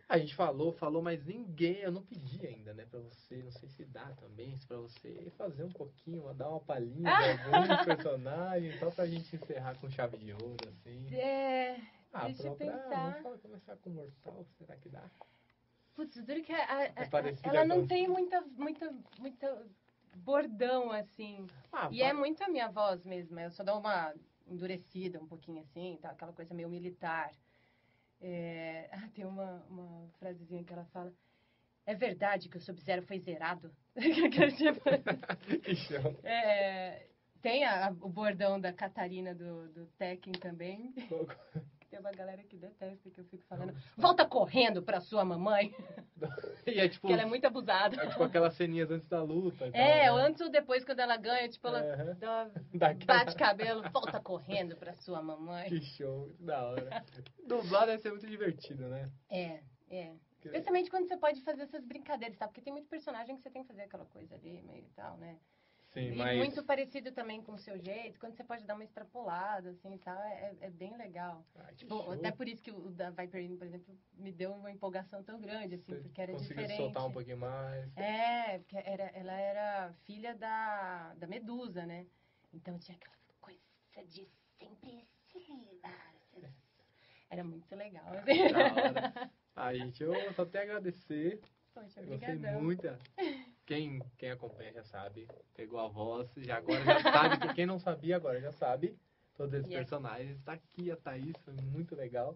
A gente falou, falou, mas ninguém, eu não pedi ainda, né, pra você, não sei se dá também, se pra você fazer um pouquinho, dar uma palhinha de algum personagem, só pra gente encerrar com chave de ouro, assim.
É,
Ah,
deixa eu
própria- ah,
pensar.
vamos falar- começar com o Mortal, será que dá?
Putz, duro que a- a- a-
parecida
é, ela não
com-
tem muita, muita, muita bordão, assim.
Ah,
e
vai.
é muito a minha voz mesmo. né? Eu só dou uma endurecida um pouquinho, assim, tá? aquela coisa meio militar. É, ah, tem uma, uma frasezinha que ela fala. É verdade que o Sub-Zero foi zerado?
que um show.
É, tem a- a- o bordão da Catarina do, do Tekken também. Tem uma galera que detesta que eu fico falando. Volta correndo pra sua mamãe.
E é tipo,
Porque ela é muito abusada.
é tipo aquelas ceninhas antes da luta. e tal,
É,
né?
ou antes ou depois, quando ela ganha, tipo, ela
É.
dá uma-
Daquela-
bate cabelo, volta correndo pra sua mamãe.
Que show, que da hora. Dublar deve ser muito divertido, né?
É, é. Especialmente quando você pode fazer essas brincadeiras, tá? Porque tem muito personagem que você tem que fazer aquela coisa ali, meio e tal, né?
Sim,
e
mas...
muito parecido também com o seu jeito, quando você pode dar uma extrapolada, assim, e tal, é, é bem legal. tipo,
show.
até por isso que o da Viperine, por exemplo, me deu uma empolgação tão grande, assim, porque era
Conseguiu
diferente.
soltar um pouquinho mais.
É, porque era, ela era filha da, da Medusa, né? Então tinha aquela coisa de sempre se Era muito legal. assim.
Da hora. Ah, gente, eu só tenho a agradecer.
Poxa,
Eu gostei
obrigadão.
muito. Quem, quem acompanha já sabe. Pegou a voz, já agora já sabe. que Quem não sabia agora já sabe. Todos esses
Yeah.
personagens. Tá aqui a Thaís, foi muito legal.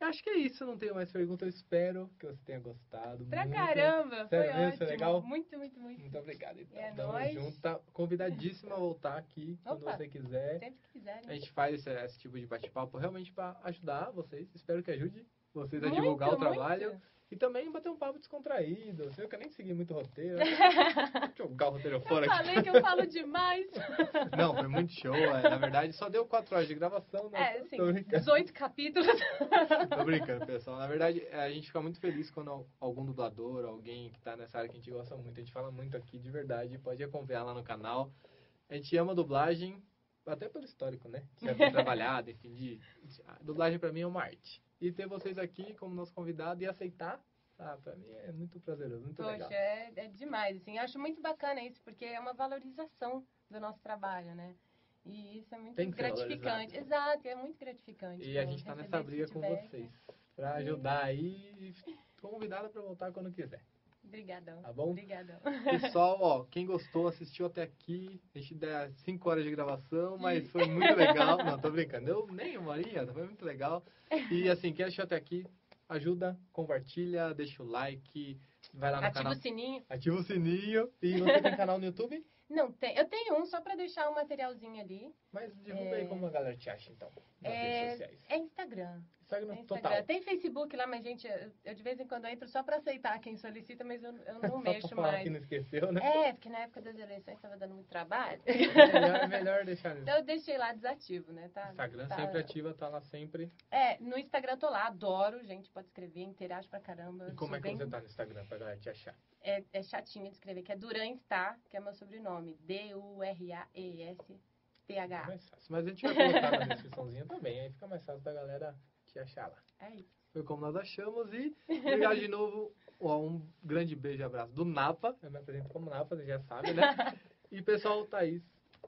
Eu acho que é isso, não tenho mais perguntas. Eu espero que você tenha gostado.
Pra
muito.
caramba, foi
Sério mesmo,
ótimo.
foi legal?
Muito, muito, muito.
Muito obrigado. Então,
É
tamo
nóis.
junto. Tá convidadíssima a voltar aqui quando
Opa.
você quiser.
Sempre que quiserem.
A gente faz esse, esse tipo de bate-papo realmente para ajudar vocês. Espero que ajude vocês a
Muito,
divulgar o
muito.
trabalho. E também bater um papo descontraído. Você viu que eu nem segui muito o roteiro. Deixa eu jogar o roteiro fora
Eu
aqui.
falei que eu falo demais.
Não, foi muito show. é. Na verdade, só deu 4 horas de gravação. Né?
É, assim,
Tô brincando.
18 capítulos.
Tô brincando, pessoal. Na verdade, é, a gente fica muito feliz quando al- algum dublador, alguém que tá nessa área que a gente gosta muito, a gente fala muito aqui de verdade, pode acompanhar lá no canal. A gente ama dublagem, até pelo histórico, né? Que já tem trabalhado, enfim, de, de- a dublagem pra mim é uma arte. E ter vocês aqui como nosso convidado e aceitar, ah, pra mim é muito prazeroso, muito
Poxa,
legal.
é, é demais, assim, eu acho muito bacana isso, porque é uma valorização do nosso trabalho, né? E isso é muito
Tem que ser
gratificante.
valorizado. né?
Exato, é muito gratificante.
E a
pô,
gente tá
receber
nessa
esse
briga com
feedback.
vocês, pra ajudar aí, e convidada pra voltar quando quiser.
Obrigadão.
Tá bom?
Obrigadão.
Pessoal, ó, quem gostou, assistiu até aqui. A gente dá 5 horas de gravação, mas foi muito legal. Não, tô brincando. Eu nem uma horinha, foi muito legal. E assim, quem assistiu até aqui, ajuda, compartilha, deixa o like, vai lá no
Ativa
canal.
o sininho.
Ativa o sininho. E você tem canal no YouTube?
Não, tem, eu tenho um só pra deixar um materialzinho ali.
Mas Divulga aí
É.
como a galera te acha, então, nas redes
É,
sociais.
é Instagram.
Instagram,
É
total.
Instagram. Tem Facebook lá, mas, gente, eu, eu de vez em quando entro só pra aceitar quem solicita, mas eu, eu não
É Só pra
mexo
falar
mais.
que não esqueceu, né?
É, porque na época das eleições tava dando muito trabalho.
É Melhor, melhor deixar
Então eu deixei lá desativo, né? Tá,
Instagram
tá-
sempre ativa, tá lá sempre.
É, no Instagram eu tô lá, adoro, gente, pode escrever, interajo pra caramba.
E
eu
como
sou
é que
bem-
você tá no Instagram pra galera te achar?
É, é chatinho de escrever, que é Duranstá, que é meu sobrenome. D-U-R-A-E-S-T-H.
Mas a gente vai colocar na descriçãozinha também, aí fica mais fácil da galera te achar lá.
É isso.
Foi como nós achamos e obrigado de novo. Ó, Um grande beijo e abraço do Napa. Eu me apresento como Napa, você já sabe, né? E pessoal, o Thaís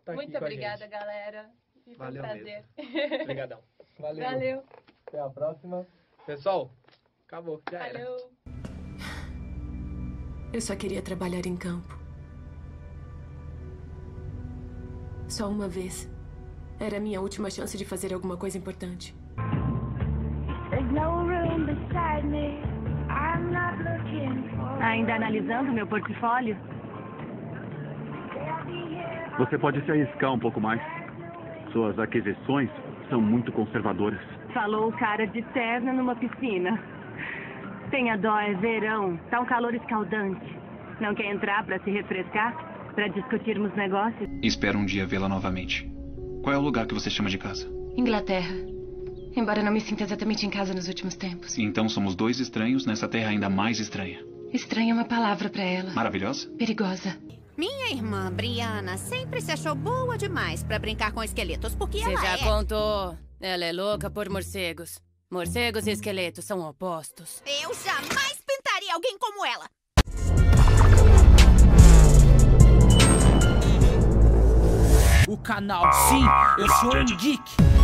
tá aqui
Muito
com
obrigada,
a gente.
galera. E foi um
Valeu
prazer.
Obrigadão. Valeu.
Valeu.
Até a próxima. Pessoal, acabou. Já era.
Valeu.
Eu só queria trabalhar em campo. Só uma vez. Era a minha última chance de fazer alguma coisa importante.
There's no room beside me. I'm not looking for.
Ainda analisando meu portfólio?
Você pode se arriscar um pouco mais. Suas aquisições são muito conservadoras.
Falou o cara de terno numa piscina. Tenha dó, é verão. Tá um calor escaldante. Não quer entrar pra se refrescar? Pra discutirmos negócios?
Espero um dia vê-la novamente. Qual é o lugar que você chama de casa?
Inglaterra. Embora não me sinta exatamente em casa nos últimos tempos.
Então somos dois estranhos nessa terra ainda mais estranha.
Estranha é uma palavra pra ela.
Maravilhosa?
Perigosa.
Minha irmã, Brianna, sempre se achou boa demais pra brincar com esqueletos, porque
Você
ela
já
é...
contou. Ela é louca por morcegos. Morcegos e esqueletos são opostos.
Eu jamais pintaria alguém como ela.
O canal, sim, eu sou um geek.